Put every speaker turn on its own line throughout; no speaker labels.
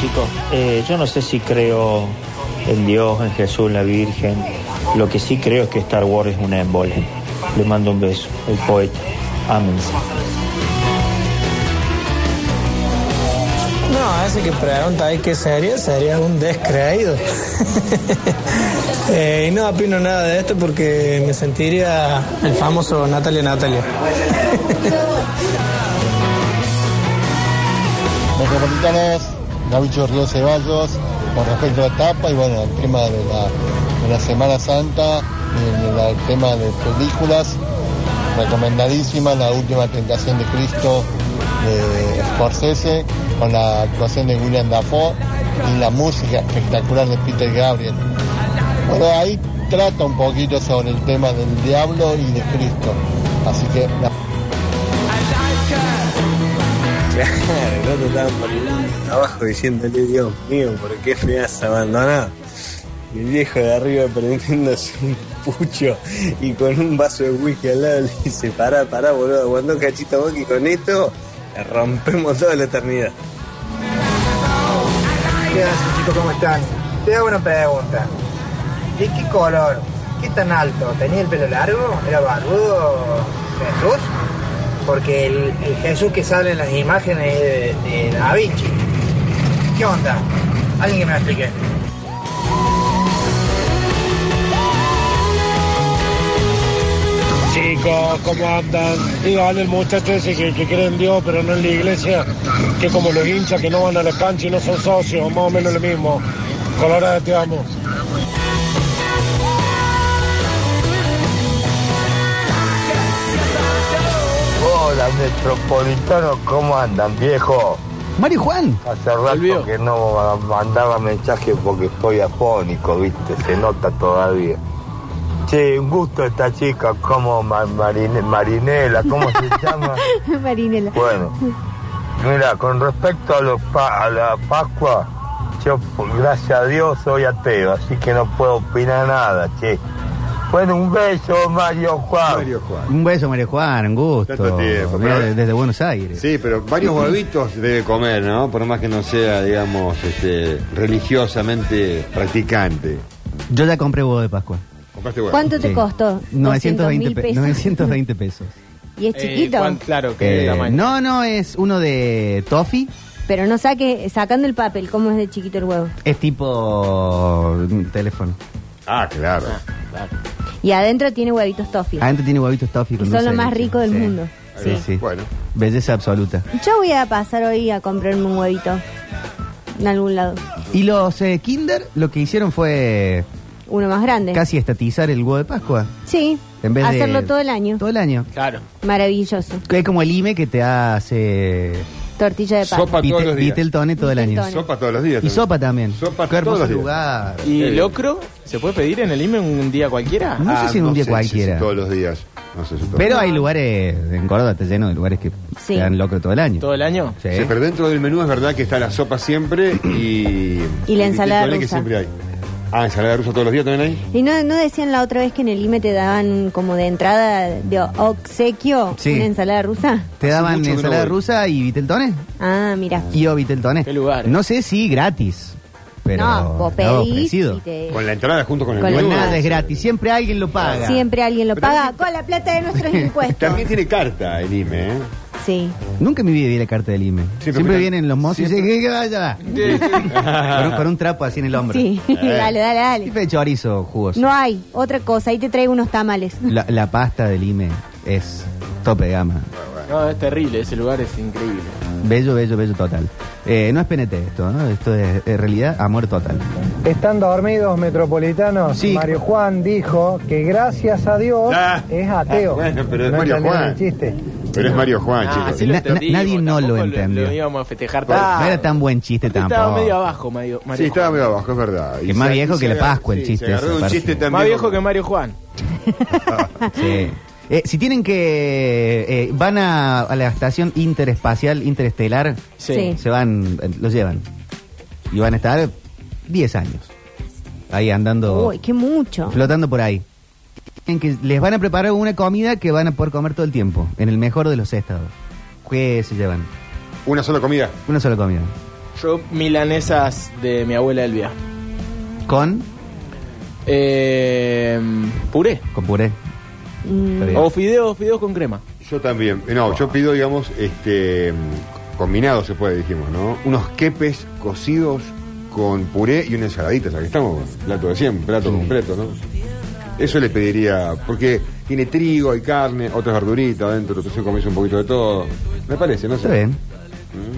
chicos. Eh, yo no sé si creo en Dios, en Jesús, en la Virgen. Lo que sí creo es que Star Wars es una embole. Le mando un beso, el poeta. Ámense.
No, ese que pregunta hay que sería, sería un descreído. Eh, y no opino nada de esto porque me sentiría el famoso Natalia Natalia.
Metropolitanos, Gaucho Río Ceballos, con respecto a la tapa y bueno, el tema de la, de la Semana Santa, y el, el tema de películas, recomendadísima La Última Tentación de Cristo de Scorsese, con la actuación de William Dafoe y la música espectacular de Peter Gabriel. Bueno, ahí trata un poquito sobre el tema del diablo y de Cristo. Así que... La...
Claro, el otro estaba por el- abajo diciéndole, Dios mío, ¿por qué me has abandonado? Y el viejo de arriba prendiéndose un pucho y con un vaso de whisky al lado le dice, pará, pará, boludo, aguantá un cachito vos que con esto le rompemos toda la eternidad.
¿Qué hacen chicos? ¿Cómo están? Te hago una pregunta. ¿De qué color? ¿Qué tan alto? ¿Tenía el pelo largo? ¿Era barbudo Jesús? Porque el, el Jesús que sale en las imágenes es de, de Da Vinci. ¿Qué onda? Alguien que me lo explique.
Chicos, ¿cómo andan? Digo, vale el muchacho ese que, que cree en Dios, pero no en la iglesia, que como los hinchas que no van a la cancha y no son socios, más o menos lo mismo. Colorado, te amo.
Hola, metropolitanos, ¿cómo andan, viejo?
Mario Juan.
Hace rato que no mandaba mensaje porque estoy afónico, viste, se nota todavía. Che, un gusto esta chica, como Marinela, ¿cómo se llama?
Marinela.
Bueno, mira, con respecto a, los pa- a la Pascua, yo, por- gracias a Dios, soy ateo, así que no puedo opinar nada, che. Bueno, un beso, Mario Juan. Mario Juan.
Un beso, Mario Juan, un gusto.
Tanto tiempo,
Mira,
pero-
de- desde Buenos Aires.
Sí, pero varios huevitos debe comer, ¿no? Por más que no sea, digamos, este, religiosamente practicante.
Yo ya compré huevo de Pascua.
¿Compraste huevo?
¿Cuánto te costó?
920,
200.000
pe- 920 pesos.
Y es chiquito.
claro,
Eh, no, no, es uno de toffee.
Pero no saque, sacando el papel, ¿cómo es de chiquito el huevo?
Es tipo mm, teléfono.
Ah, claro.
Y adentro tiene huevitos toffee.
Adentro tiene huevitos toffee.
Y son lo más rico del
Sí.
mundo.
Sí,
Sí.
sí.
Bueno.
Belleza absoluta.
Yo voy a pasar hoy a comprarme un huevito. En algún lado.
Y los eh, Kinder lo que hicieron fue
Uno más grande.
casi estatizar el huevo de Pascua.
Sí.
En vez de-
Hacerlo todo el año.
Todo el año.
Claro.
Maravilloso.
Que es como el IME que te hace
Tortilla de pan.
Sopa todos los días.
vitel tone todo el año.
Viteltone.
Sopa todos los días.
Y sopa también.
Sopa
Qué hermoso
todos los días.
lugar.
¿Y
Eh.
locro? ¿Se puede pedir en el IME un día cualquiera?
No
Ah,
sé si en un día cualquiera.
si todos los días. No sé si todos
Pero hay lugares, en Córdoba está lleno de lugares que
Sí.
te dan locro todo el año.
¿Todo el año?
Sí.
Sí, pero dentro del menú es verdad que está la sopa siempre y...
Y la
el
ensalada
vitel tone que
rusa.
siempre hay. Ah, ensalada rusa todos los días también hay.
Y no, no decían la otra vez que en el IME te daban como de entrada de obsequio
Sí.
una ensalada rusa.
Te
Hace
daban
mucho que no
ensalada
voy.
rusa y viteltones.
Ah, mira.
Y o viteltones.
Qué lugar, eh.
No sé si gratis. Pero
no, vos
lo ha
pedís
ofrecido.
y te-
Con la entrada junto con el
Con la
menú.
Pues nada es gratis. Siempre alguien lo paga.
siempre alguien lo
Pero
paga con la plata de nuestros impuestos.
También tiene carta el IME, ¿eh?
Sí.
Nunca me vi la carta del IME. Siempre,
miran-
vienen los mozos y dicen que vaya. con, un, con un trapo así en el hombro.
Sí. dale, dale,
Y
dale.
de chorizo jugoso.
No hay otra cosa. Ahí te traigo unos tamales.
La, la pasta del IME es tope de gama.
No, es terrible, ese lugar es increíble.
Bello, bello, bello total. Eh, no es PNT esto, ¿no? Esto es, en realidad amor total.
Están dormidos, metropolitanos.
Sí.
Mario Juan dijo que gracias a Dios
Ah.
es ateo.
Ah, bueno, pero es
No
Mario
entendieron
Juan.
el chiste.
Pero es Mario Juan,
Ah,
chicos.
sí lo
Na-
entendimos,
nadie no lo
tampoco
entendió.
Lo, íbamos a festejar
no era tan buen chiste
Estaba
Ah, tampoco.
medio abajo, Mario. Mario
Sí, estaba
Juan.
medio abajo, es verdad.
Es más
se-
viejo
se
que la
agarró-
Pascua el
sí,
chiste
Se agarró
ese,
un
parece.
chiste tan
Más viejo que Mario Juan.
Sí. Eh, si tienen que. eh, van a, a la estación interespacial, interestelar,
Sí.
se van, eh, los llevan. Y van a estar 10 años. Ahí andando.
Uy, qué mucho.
flotando por ahí. En que les van a preparar una comida que van a poder comer todo el tiempo, en el mejor de los estados. ¿Qué se llevan?
Una sola comida.
Una sola comida.
Yo, milanesas de mi abuela Elvia.
¿Con?
Eh, puré.
Con puré.
Está bien.
O fideos, fideos con crema.
Yo también. Eh, No, yo pido, digamos, este mm, combinado se puede, dijimos, ¿no? Unos quepes cocidos con puré y una ensaladita, o sea, que estamos, plato de 100, plato completo, ¿no? Eso le pediría, porque tiene trigo, hay carne, otras verduritas adentro, entonces comés un poquito de todo. Me parece, ¿no? sé.
Está bien.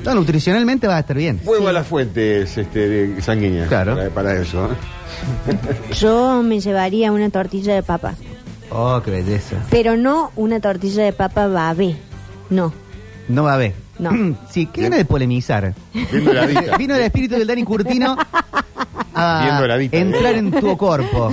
No, nutricionalmente va a estar bien.
Vuelvo a las fuentes este, de sanguíneas para, para eso. ¿eh?
Yo me llevaría una tortilla de papa.
Oh, qué belleza.
Pero no una tortilla de papa babé. No.
No va a haber.
No.
Sí, qué gana de polemizar.
Viendo la dita.
Vino el espíritu del Dani Curtino a
Viendo la dita.
entrar en tu cuerpo.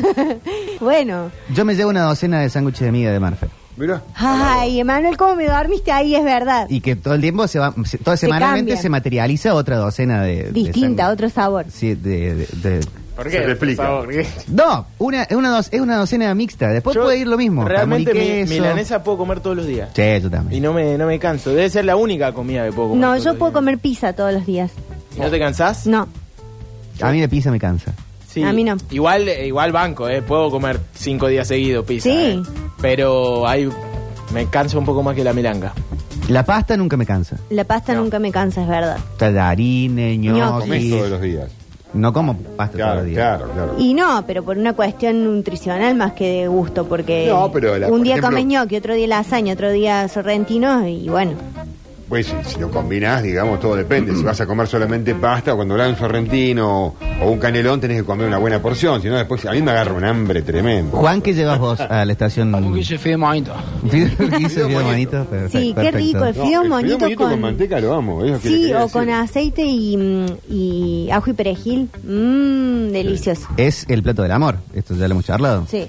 Bueno.
Yo me llevo una docena de sándwiches de miga de Marfe.
Mira.
Ay, Emanuel, ¿cómo me dormiste ahí? Es verdad.
Y que todo el tiempo se va, se- toda
Se
semanalmente
cambia.
se materializa otra docena de. de
Distinta,
sándwiches.
otro sabor.
Sí, de- de- de-
¿Por
Se replica.
No, una, es una doc- es una docena mixta. Después
Yo
puede ir lo mismo.
Realmente
jamón y
mi-
queso.
milanesa puedo comer todos los días.
Sí, yo también.
Y no me, no me canso. Debe ser la única comida que puedo comer.
No,
todos
yo
los
puedo comer pizza todos los días.
días. ¿No te cansás?
No.
A mí la pizza me cansa.
Sí.
A mí no.
Igual, igual banco, ¿eh? Puedo comer cinco días seguidos pizza.
Sí.
¿eh? Pero ahí me canso un poco más que la milanga.
La pasta nunca me cansa.
La pasta
No.
nunca me cansa, es verdad.
Tallarines,
Comés todos
ñoquis.
los días.
No como pasta todos
Claro,
los días.
claro, claro.
Y no, pero por una cuestión nutricional más que de gusto, porque
No, pero la-
un
por
día
ejemplo-
comes ñoqui, otro día lasaña, otro día sorrentino y bueno.
Pues si, si lo combinás, digamos, todo depende. Si vas a comer solamente pasta, o cuando habrá un sorrentino o un canelón, tenés que comer una buena porción. Si no, después a mí me agarra un hambre tremendo.
Juan, ¿qué llevas vos a la estación?
fideo
Fideo- guiso de manito, perfecto,
Sí, qué
perfecto.
rico, el
No,
fideo
el
moñito
moñito con...
con-
manteca lo amo. es lo que le
Sí,
quería
o con
decir.
aceite y, mm, y ajo y perejil. Mmm, delicioso.
Es el plato del amor. Esto ya lo hemos charlado.
Sí.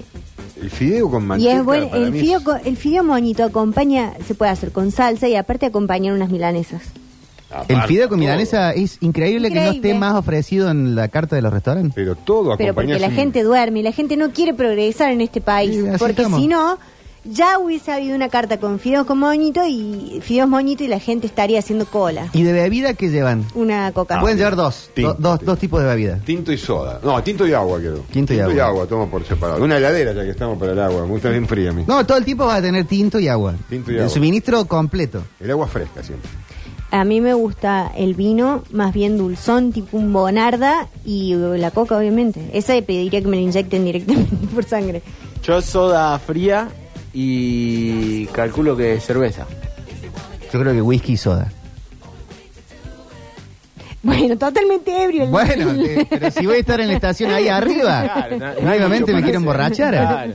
El fideo con
Y
manteca.
es bueno,
para
el
mí
fideo,
es-
co- el fideo moñito acompaña, se puede hacer con salsa y aparte acompañar unas milanesas.
El
aparte,
fideo con
todo.
milanesa es increíble, que no esté
Increíble.
más ofrecido en la carta de los restaurantes.
Pero todo
Pero porque
acompañás
la
un-
gente duerme y la gente no quiere progresar en este país.
Sí, así
porque
estamos.
si no, ya hubiese habido una carta con fideos con moñito y fideos moñito y la gente estaría haciendo cola.
¿Y de bebida qué llevan?
Una coca.
Pueden llevar dos.
Ah, Tinto,
do- dos,
tinto.
dos tipos de bebida.
Tinto y soda. No, tinto y agua quiero.
Tinto y
y
agua.
agua, tomo por separado. Una heladera ya que estamos para el agua. Me gusta bien fría a mí.
No, todo el tiempo vas a tener tinto y agua.
Tinto y
el
agua.
suministro completo.
El agua fresca siempre.
A mí me gusta el vino, más bien dulzón, tipo un bonarda y la coca, obviamente. Esa pediría que me la inyecten directamente por sangre.
Yo soda fría y calculo que cerveza.
Yo creo que whisky y soda.
Bueno, totalmente ebrio. el-
Bueno, eh, pero si voy a estar en la estación ahí arriba,
Claro, no- no hay
nuevamente
mucho
me
para
quiero
hacer.
emborrachar.
Claro.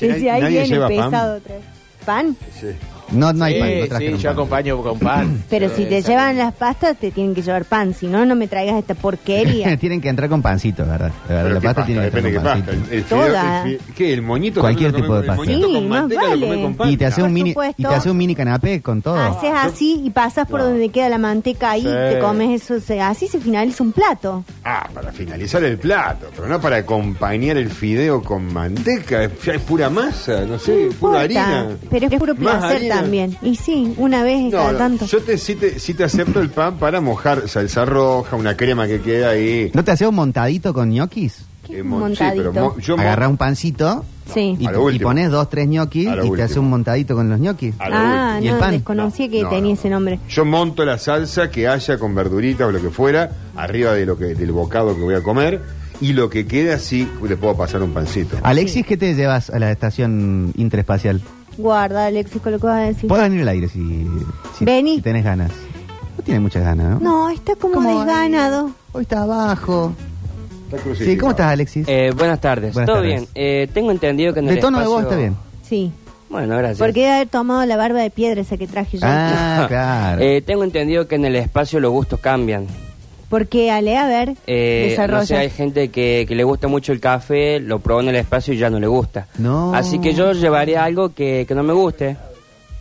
Decía, ahí
nadie
viene
lleva pan.
pesado otra vez. ¿Pan?
Sí.
No, no hay pan. no
Sí,
trajeron
sí, yo
pan.
acompaño con pan.
Pero si te llevan las pastas, te tienen que llevar pan. Si no, no me traigas esta porquería.
tienen que entrar con pancito, ¿verdad? La verdad,
Pero
la
qué
pasta
pasta,
tiene que
depende
entrar
de
con
qué pasta.
pancito.
El fideo-
Toda.
el fi- ¿Qué? El moñito.
Cualquier
que uno
tipo
come
de
con-
pasta.
El moñito
Sí,
con
más
manteca lo
vale.
come con pan.
Y te hace
Por
un mini,
supuesto.
y
Ah,
te hace un mini canapé con todo.
Haces así y pasas por donde queda la manteca ahí,
Sí.
te comes eso. se- así se finaliza un plato.
Ah, para finalizar el plato, pero no para acompañar el fideo con manteca. Es, ya es pura masa, no sé,
No
pura
importa,
harina.
Pero es puro
Más
placer
harina.
también. Y sí, una vez en
No,
cada
no,
tanto.
yo te, sí, te, sí te acepto el pan para mojar salsa roja, una crema que queda ahí.
¿No te haces un montadito con ñoquis?
¿Qué
Eh,
es
mon- sí,
montadito?
pero mo- yo mo-
Agarrás un pancito
Sí.
y,
A lo
y
último.
pones dos, tres ñoquis
A lo
y te haces
último.
un montadito con los ñoquis.
A lo
Ah,
último. ¿Y el
no,
pan?
desconocía
No,
que
no,
tenía
no.
ese nombre.
Yo monto la salsa que haya con verduritas o lo que fuera, arriba de lo que, del bocado que voy a comer, y lo que quede así le puedo pasar un pancito.
Ah,
Alexis, ¿qué te llevas a la estación interespacial?
Guarda, Alexis, con lo que vas a decir.
Puedes venir al aire si, si,
Vení.
si tenés ganas. No tiene muchas ganas, ¿no?
No, está como
¿Cómo?
desganado.
Hoy está abajo.
Está
Sí,
crucificado.
¿cómo estás, Alexis?
Eh, buenas tardes.
Buenas
Todo
tardes.
bien. Eh, tengo entendido que en
de
el
tono de voz
espacio-
está bien.
Sí.
Bueno, gracias.
Porque debe haber tomado la barba de piedra esa que traje yo.
Ah, claro.
Eh, tengo entendido que en el espacio los gustos cambian.
Porque Ale, a ver,
Eh,
desarrolla.
No sé, hay gente que, que le gusta mucho el café, lo probó en el espacio y ya no le gusta.
No.
Así que yo llevaría algo que, que no me guste.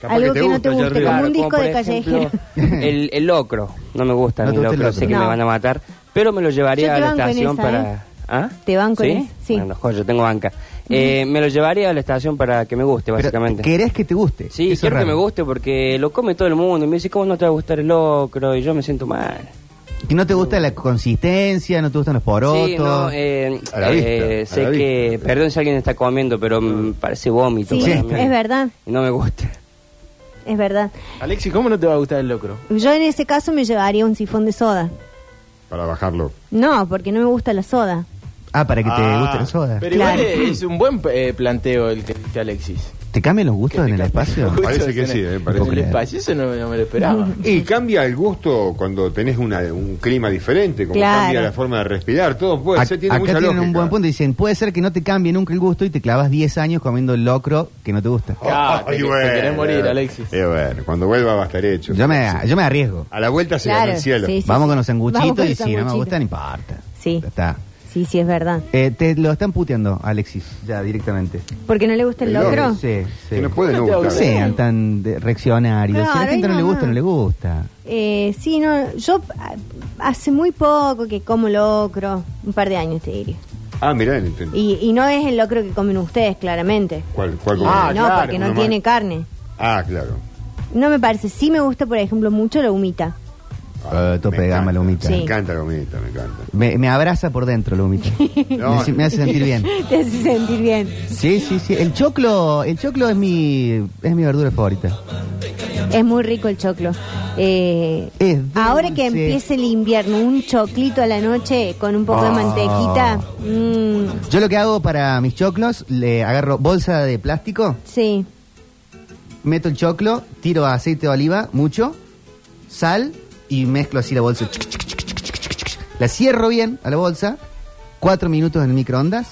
Capaz
Algo que no te
allá
guste,
arriba.
como un disco
por
de
ejemplo,
callejero.
el, el locro. No me gusta
No
a mí
te
el
gusta
locro,
el
sé que
locro.
me
No.
van a matar. Pero me lo
Yo
llevaría
te
a la
banco en
estación
esa,
para...
¿eh?
¿Ah?
Te banco
¿Sí?
en esa, sí.
Bueno, joder, yo tengo banca. Eh, me lo llevaría a la estación para que me guste,
Pero,
básicamente.
¿Querés que te guste?
Sí,
Eso es
quiero que
raro.
me guste porque lo come todo el mundo. Y me dice, ¿cómo no te va a gustar el locro? Y yo me siento mal.
¿Que no te gusta la consistencia? ¿No te gustan los porotos?
Sí, no, eh,
A la
eh,
vista, a
sé
la
que, perdón si alguien está comiendo, pero me parece vómito.
Sí,
para mí.
es verdad,
Y No me gusta.
es verdad.
Alexi, ¿cómo no te va a gustar el locro?
Yo en ese caso me llevaría un sifón de soda.
Para bajarlo.
No, porque no me gusta la soda.
Ah, para que te
Ah,
guste la soda.
Pero igual es, es un buen eh, planteo el que dice Alexis.
¿Te cambian los gustos en el espacio?
Parece que
Eso
sí,
no-
eh, parece.
En el espacio eso no, no me lo esperaba.
Y cambia el gusto cuando tenés una- un clima diferente, como
Claro.
cambia la forma de respirar, todo puede
Ac-
ser, tiene
acá
mucha
tienen
lógica.
un buen punto. Dicen, puede ser que no te cambie nunca el gusto y te clavas 10 años comiendo el locro que no te gusta.
Ah, te-
Y
te querés morir, Alexis.
Y bueno, cuando vuelva va a estar hecho.
Yo me, yo me arriesgo.
A la vuelta se
Claro,
gana el cielo.
sí, sí,
Vamos
sí.
con los sanguchitos
Vamos con
y
los
si no me
sanguchitos.
gustan, importa.
Sí,
Ya está.
sí, sí, es verdad.
Eh, te lo están puteando, Alexis, ya directamente.
¿Porque no le gusta el locro?
Sí, sí.
Que no puede no
No
gustar.
sean tan de- reaccionarios. si a la
Claro,
gente no
ahí
le gusta,
nomás.
no le gusta.
Eh, sí, no, yo ah, hace muy poco que como locro, un par de años te diría.
Ah, mirá, el intento.
Y, y no es el locro que comen ustedes, claramente.
¿Cuál, cuál Ah,
Y
comemos?
no, porque no
Uno más.
tiene carne.
Ah, claro.
No me parece. Sí me gusta, por ejemplo, mucho la humita.
Ah,
tope
me
de gama,
encanta.
la humita.
Me
Sí.
encanta la humita, me encanta.
Me, me abraza por dentro, lo humito.
No.
me, hace- me hace sentir bien.
Te hace sentir bien.
Sí, sí, sí. El choclo, el choclo es mi, es mi verdura favorita.
Es muy rico el choclo. Eh, ahora que empiece el invierno, un choclito a la noche con un poco de
Ah.
mantequita. mm,
Yo lo que hago para mis choclos, le agarro bolsa de plástico,
sí,
meto el choclo, tiro aceite de oliva, mucho, sal y mezclo así la bolsa. La cierro bien a la bolsa, cuatro minutos en el microondas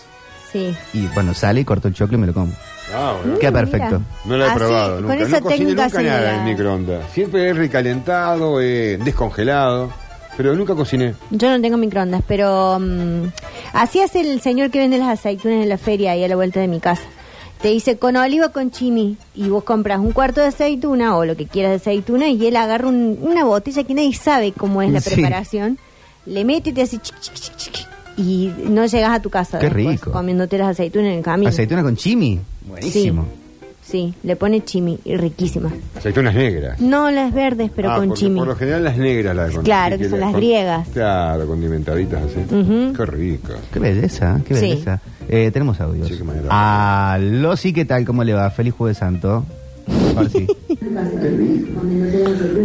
sí.
y bueno, sale, corto el choclo y me lo como.
Ah, bueno.
Queda perfecto.
No lo he
Así,
probado
Ah, con
nunca.
esa
no cociné
técnica
nunca
se
nada
la-
en microondas. Siempre he recalentado, eh, descongelado, pero nunca cociné.
Yo no tengo microondas, pero mm, así hace el señor que vende las aceitunas en la feria ahí a la vuelta de mi casa. Te dice con oliva con chimi y vos compras un cuarto de aceituna o lo que quieras de aceituna y él agarra un- una botella que nadie sabe cómo es la
Sí.
preparación, le mete y te hace chic, chic, chic, chic, y no llegas a tu casa.
Qué
después,
rico.
Comiéndote las aceitunas en el camino.
Aceituna con chimi. Buenísimo.
Sí, le pone chimi y riquísima.
Aceitunas negras.
No las verdes, Mm, pero
Ah,
con
porque
chimi.
Por lo general las negras las de
Claro, que
sí,
son
las-
las griegas.
Claro, condimentaditas así.
Ujú.
Qué rico.
Qué belleza, qué
Sí.
belleza. Eh, tenemos audios. Aló, sí, ¿qué tal? ¿Cómo le va? Feliz Jueves Santo. Ahora sí.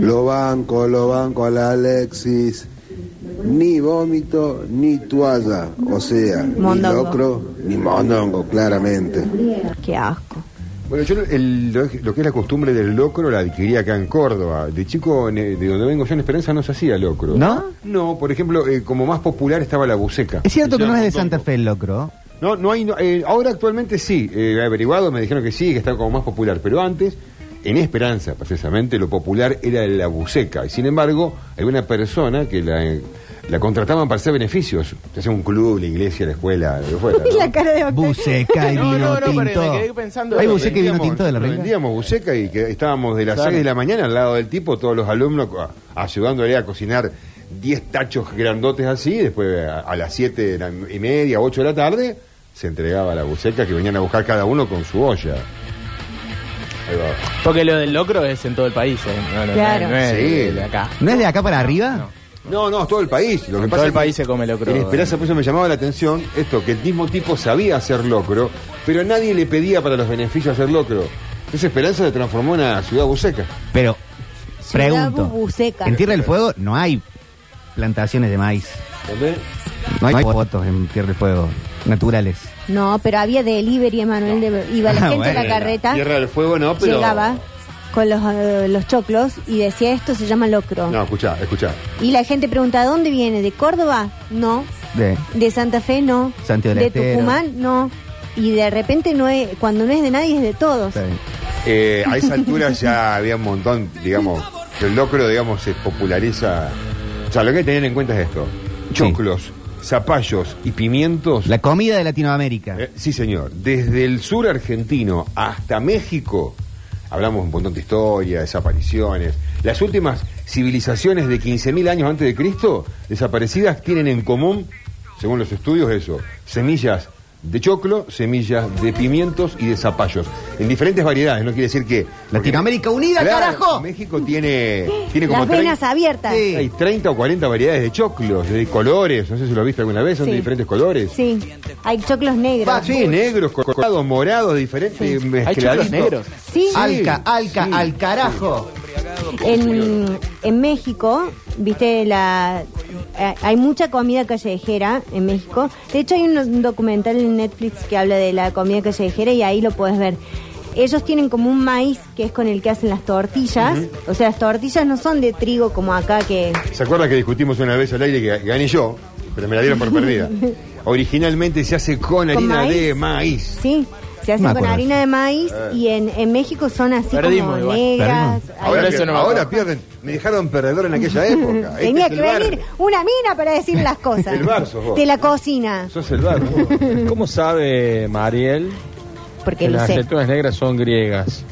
Lo banco, lo banco a la Alexis. Ni vómito, ni toalla. O sea,
Mondongo.
ni locro, ni mondongo, claramente.
Qué asco.
Bueno, yo el- lo, lo que es la costumbre del locro la adquirí acá en Córdoba. De chico, en, eh, de donde vengo yo en Esperanza, no se hacía locro.
¿No?
No, por ejemplo, eh, como más popular estaba la buceca.
Es cierto que no es de
Santa
Santa Fe el locro.
No, no hay. no- eh, ahora actualmente sí, eh, he averiguado, me dijeron que sí, que está como más popular. Pero antes, en Esperanza, precisamente, lo popular era la buceca. Y sin embargo, había una persona que la, eh, la contrataban para hacer beneficios. Ya sea un club, la iglesia, la escuela, lo que fuera. ¿no?
cara de
Buceca y
No,
vino
no, no, pero
tinto.
me quedé pensando-
Hay
Lo
buceca y vino
vendíamos,
tinto de la
lo
regla.
Vendíamos buceca y que estábamos de las
Claro.
6 de la mañana al lado del tipo, todos los alumnos co- ayudándole a cocinar 10 tachos grandotes así, después a, a las 7 de la y media, 8 de la tarde, se entregaba la buceca que venían a buscar cada uno con su olla. Ahí va.
Porque lo del locro es en todo el país. eh. No, no, no,
Claro.
no es
Sí.
de acá.
¿No es de acá para arriba?
No, no, es todo el país. Lo que
En
pasa
todo el
es que
país se come locro.
En Esperanza, por eso me llamaba la atención esto, que el mismo tipo sabía hacer locro, pero nadie le pedía para los beneficios hacer locro. Esa Esperanza se transformó en una ciudad buceca.
Pero,
Ciudad
pregunto.
buceca.
En Tierra del Fuego no hay plantaciones de maíz.
¿Entendés?
No hay fotos en Tierra del Fuego naturales.
No, pero había delivery, Emanuel. de- Iba la
Ah,
gente en
bueno.
la carreta,
Tierra del Fuego no, pero...
llegaba con los, eh, los choclos y decía, esto se llama locro.
No, escuchá, escuchá.
Y la gente pregunta, ¿dónde viene? ¿De Córdoba? No.
De-
¿De Santa Fe? No.
Santiago del
¿De
Estero.
Tucumán? No. Y de repente, no es, cuando no es de nadie, es de todos.
está bien.
Eh, a esa altura ya había un montón, digamos, el locro, digamos, se populariza. O sea, lo que hay que tener en cuenta es esto. Choclos, zapallos y pimientos.
La comida de Latinoamérica.
Eh, sí, señor. Desde el sur argentino hasta México, hablamos un montón de historia, desapariciones. Las últimas civilizaciones de 15.000 años antes de Cristo, desaparecidas, tienen en común, según los estudios, eso. Semillas de choclo, semillas de pimientos y de zapallos. En diferentes variedades, no quiere decir que.
Latinoamérica unida,
Claro,
carajo.
México tiene, tiene como
Las venas
30
abiertas.
Hay 30 o 40 variedades de choclos, de colores, no sé si lo viste alguna vez, son de
Sí.
diferentes colores.
Sí, hay choclos negros.
Ah,
Sí, negros, cor- cortados, morados, diferentes, mezcladitos.
Sí.
Alca, alca, al carajo.
En, en México, viste, la eh, hay mucha comida callejera en México. De hecho, hay un, un documental en Netflix que habla de la comida callejera y ahí lo puedes ver. Ellos tienen como un maíz que es con el que hacen las tortillas. O sea, las tortillas no son de trigo como acá que...
¿Se acuerdan que discutimos una vez al aire que gané yo? Pero me la dieron por perdida. Originalmente se hace con harina
maíz?
de maíz.
Sí, se hacen
Me
con
acuerdo.
harina de maíz
Eh.
y en, en México son así
Perdimos,
como
igual.
negras.
Perdimos. Ahora,
Eso no me
ahora
acuerdo.
pierden. Me dejaron perdedor en aquella época. Este
Tenía
es el
que
bar.
venir una mina para decir las cosas.
El bar sos vos.
De la cocina.
Sos el bar. vos.
¿Cómo sabe Mariel
Porque
que
lo
las
sé.
aceitunas negras son griegas?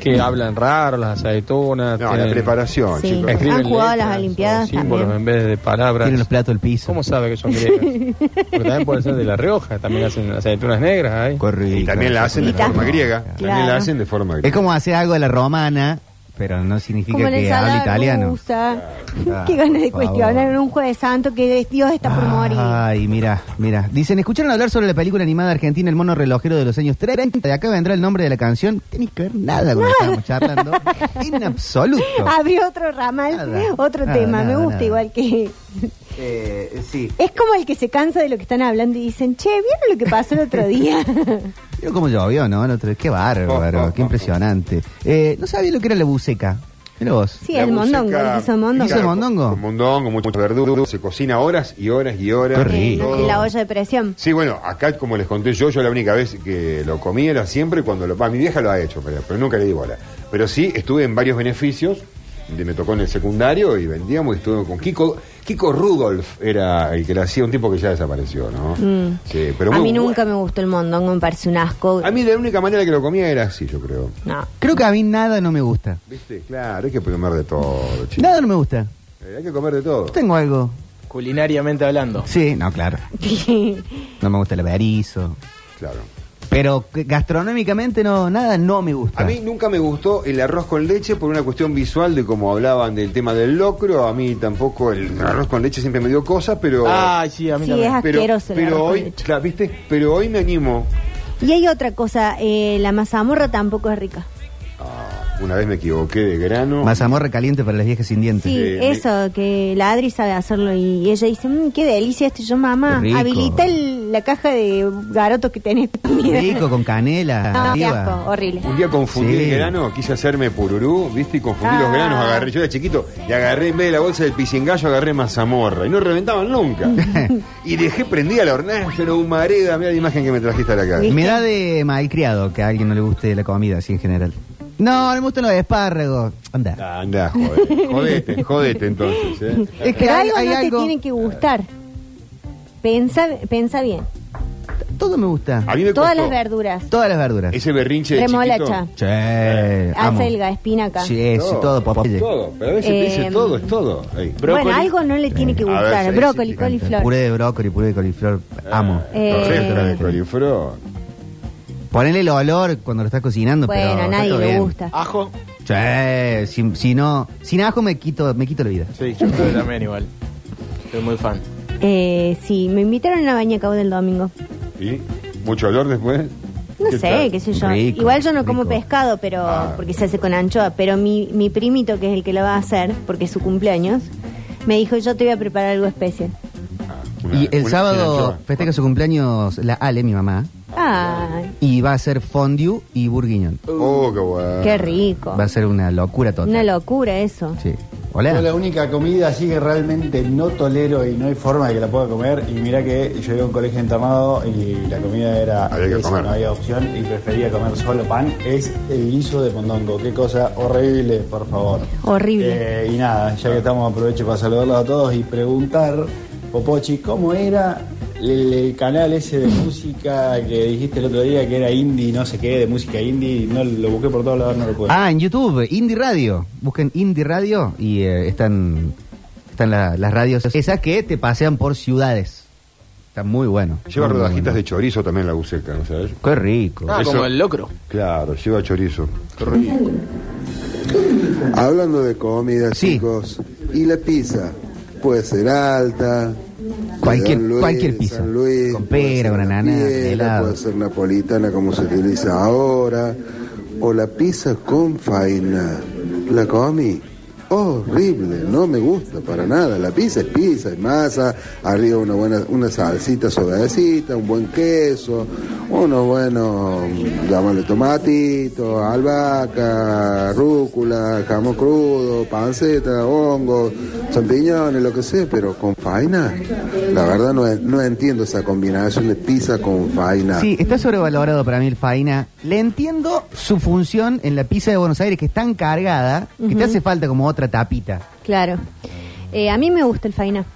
Que hablan raro las aceitunas.
No, la preparación,
Sí. Han jugado a las Olimpiadas
símbolos
también.
en vez de palabras.
Tienen los platos del piso.
¿Cómo sabe que son griegas? Porque también puede ser de La Rioja, también hacen aceitunas negras ahí.
Y también la hacen de
Y tam-
forma griega. También la
Claro.
hacen de forma
Es
griega.
como hacer algo de la romana, pero no significa
Como la
que hable
ensalada
italiano.
rusa.
Claro,
Qué ganas de
por favor. Ah,
cuestionar en un jueves santo que Dios está por morir.
Ay, mira, mira. Dicen, ¿escucharon hablar sobre la película animada argentina El mono relojero de los años 30? De acá vendrá el nombre de la canción. Tiene que ver nada con lo que estábamos charlando. En absoluto.
Abrió otro ramal,
Nada,
otro
nada,
tema. Me
nada,
gusta
nada.
igual que.
Eh, sí.
Es como el que se cansa de lo que están hablando y dicen, che, ¿vieron lo que pasó el otro día?
Vio cómo llovió, ¿no? El otro día. Qué bárbaro, qué impresionante. Eh, no sabía lo que era la buceca. Mira vos.
sí, el mondongo, el guiso de mondongo.
¿Guiso de mondongo?
Con mondongo, mucha verdura. Se cocina horas y horas y horas.
Qué rico.
Todo.
En la olla de presión.
Sí, bueno, acá como les conté yo, yo la única vez que lo comí era siempre cuando lo... bah, mi vieja lo ha hecho, pero, pero nunca le di bola. Pero sí, estuve en varios beneficios, de- me tocó en el secundario y vendíamos y estuve con Kiko. Kiko Rudolf era el que la hacía, un tipo que ya desapareció, ¿no?
Mm.
Sí, pero
a
muy
mí
bueno.
nunca me gustó el mondongo, me parece un asco.
A mí la única manera que lo comía era así, yo creo.
No.
Creo que a mí nada no me gusta.
¿Viste? Claro, hay que comer de todo, chicos.
Nada no me gusta.
Eh, Hay que comer de todo.
Tengo algo.
Culinariamente hablando.
Sí, no, claro. No me gusta el berizo.
Claro.
Pero que- gastronómicamente no, nada no me gusta.
A mí nunca me gustó el arroz con leche por una cuestión visual de cómo hablaban del tema del locro. A mí tampoco el arroz con leche siempre me dio cosas, pero.
Ah, sí, a mí
Sí,
también.
es
pero,
asqueroso el
pero
arroz con
hoy,
leche.
claro, ¿viste? Pero hoy me animo.
Y hay otra cosa, eh, la mazamorra tampoco es rica.
Una vez me equivoqué de grano.
Mazamorra caliente para las viejas sin dientes.
Sí,
Eh,
eso, que la Adri sabe hacerlo y ella dice, "Mm, qué delicia esto. Y Yo, mamá,
Rico.
habilita el- la caja de garotos que tenés.
Rico, con canela.
No, qué
arriba.
asco, horrible.
Un día confundí
Sí.
el grano, quise hacerme pururú, ¿viste? Y confundí los
Ah.
granos. Agarré, yo era chiquito, y agarré en vez de la bolsa del pisingallo, agarré mazamorra. Y no reventaban nunca. y dejé prendida la hornalla, era un mareda. Mira la imagen que me trajiste a la cara.
Me da de malcriado que a alguien no le guste la comida así en general. No, no me gustan los espárragos. Anda.
Ah, Andá, joder. Jodete, jodete entonces. ¿eh?
Es que
Pero
hay,
algo
hay
no
algo.
te tiene que gustar. Pensa, pensa bien.
Todo me gusta.
A mí me
Todas
costó
las verduras.
Todas las verduras.
Ese berrinche de
Remolacha, Ah,
chiquito.
Che, Eh, amo.
acelga, espinaca.
Sí, sí, todo, papaye.
Todo, pero a veces te dice
Eh,
todo, es todo. Ahí.
Bueno, algo no le tiene que
A ver,
gustar.
sí,
Brócoli,
sí, sí.
coliflor.
Puré de brócoli, puré de coliflor.
Ah,
Amo.
Eh,
Torreta de coliflor.
Ponele el olor cuando lo estás cocinando, pero.
Bueno, a
está
nadie
todo
le
bien.
gusta.
Ajo.
Che, si, si no. Sin ajo me quito, me quito la vida.
Sí, yo creo que también igual. Soy muy fan.
Eh, sí, me invitaron a una baña cabo del domingo.
¿Y? ¿Mucho olor después?
No
¿Qué
sé,
tal?
qué sé yo.
Rico,
Igual yo no como
rico.
pescado, pero
Ah.
porque se hace con anchoa. Pero mi, mi primito, que es el que lo va a hacer, porque es su cumpleaños, me dijo, yo te voy a preparar algo especial.
Ah, una-
Y el
una-
sábado
una-
festeja su cumpleaños la Ale, mi mamá.
Ay,
Y va a ser fondue y burguiñón.
Oh, qué bueno.
qué rico.
Va Ah, a ser una locura total.
Una locura eso.
Sí. Hola.
Yo la única comida así que realmente no tolero y no hay forma de que la pueda comer. Y mirá que yo iba a un colegio internado y la comida era.
Había que
esa,
comer.
No había opción y prefería comer solo pan. Es el guiso de mondongo. Qué cosa horrible, por favor.
Horrible.
Eh, y nada, ya que estamos, aprovecho para saludarlos a todos y preguntar, Popochi, ¿cómo era el, el canal ese de música que dijiste el otro día que era indie, no sé qué, de música indie? No lo busqué por todos lados, no lo puedo.
Ah, en YouTube, Indie Radio. Busquen Indie Radio y eh, están, están la- las radios esas que te pasean por ciudades. Está muy bueno.
Lleva
Muy, muy
rodajitas
bueno.
de chorizo también la buceca, ¿no sabes?
Qué rico.
Eso-
locro.
Claro, lleva chorizo.
Hablando de comida, chicos, y la pizza puede ser alta, de
Cualquier-
Don Luis,
cualquier
de
pizza.
San Luis,
Con pera, con
una
ananá, con helado.
puede ser napolitana como se utiliza ahora, o la pizza con faina. La comí. Horrible, no me gusta para nada. La pizza es pizza, es masa, arriba una buena, una salsita suavecita, un buen queso, unos buenos, llámale tomatito, albahaca, rúcula, jamón crudo, panceta, hongos, champiñones, lo que sea, pero con faina. La verdad no, es- no entiendo esa combinación de pizza con faina.
Sí, está sobrevalorado para mí el faina. Le entiendo su función en la pizza de Buenos Aires, que es tan cargada, que te hace falta como otra tapita.
Claro. Eh, a mí me gusta el faina.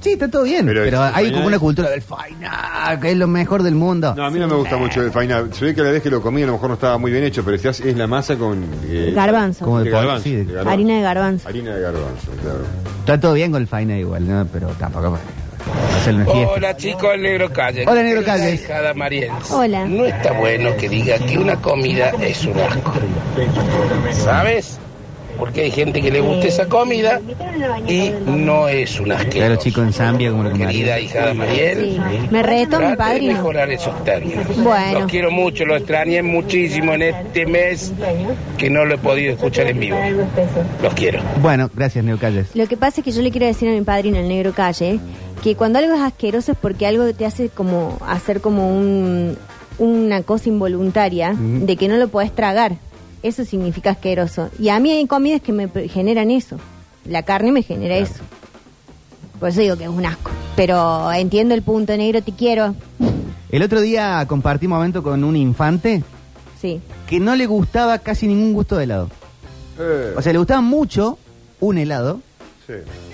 Sí, está todo bien, pero,
es-
hay como una cultura del faina, que es lo mejor del mundo.
No, a mí no me gusta mucho el faina. Se ve que la vez que lo comí a lo mejor no estaba muy bien hecho, pero si haces- es la masa con... eh,
Garbanzo. Como de
de
pollo,
garbanzo,
sí, de-
de garbanzo.
Harina de garbanzo.
Harina de garbanzo, claro.
Está todo bien con el faina igual, ¿no? pero tampoco hacer una fiesta.
Hola chicos, el Negro Calle.
Hola, Negro Calle.
Calles.
Hola.
No está bueno que diga que una comida es un asco. ¿Sabes? Porque hay gente que le gusta esa comida y no es un asco.
Claro, chico en Zambia, como lo que
Querida hija de Mariel.
Sí. Me reto mi
Trate de
padrino.
mejorar esos términos.
Bueno.
Los quiero mucho, los extrañé muchísimo en este mes que no lo he podido escuchar en vivo. Los quiero.
Bueno, gracias, Neo Calles.
Lo que pasa es que yo le quiero decir a mi padrino, el negro calle, que cuando algo es asqueroso es porque algo te hace como hacer como un, una cosa involuntaria
Mm.
de que no lo podés tragar. Eso significa asqueroso. Y a mí hay comidas que me pre- generan eso. La carne me genera eso. Por eso digo que es un asco. Pero entiendo el punto, negro, te quiero.
El otro día compartí un momento con un infante
Sí.
que no le gustaba casi ningún gusto de helado.
Eh.
O sea, le gustaba mucho un helado,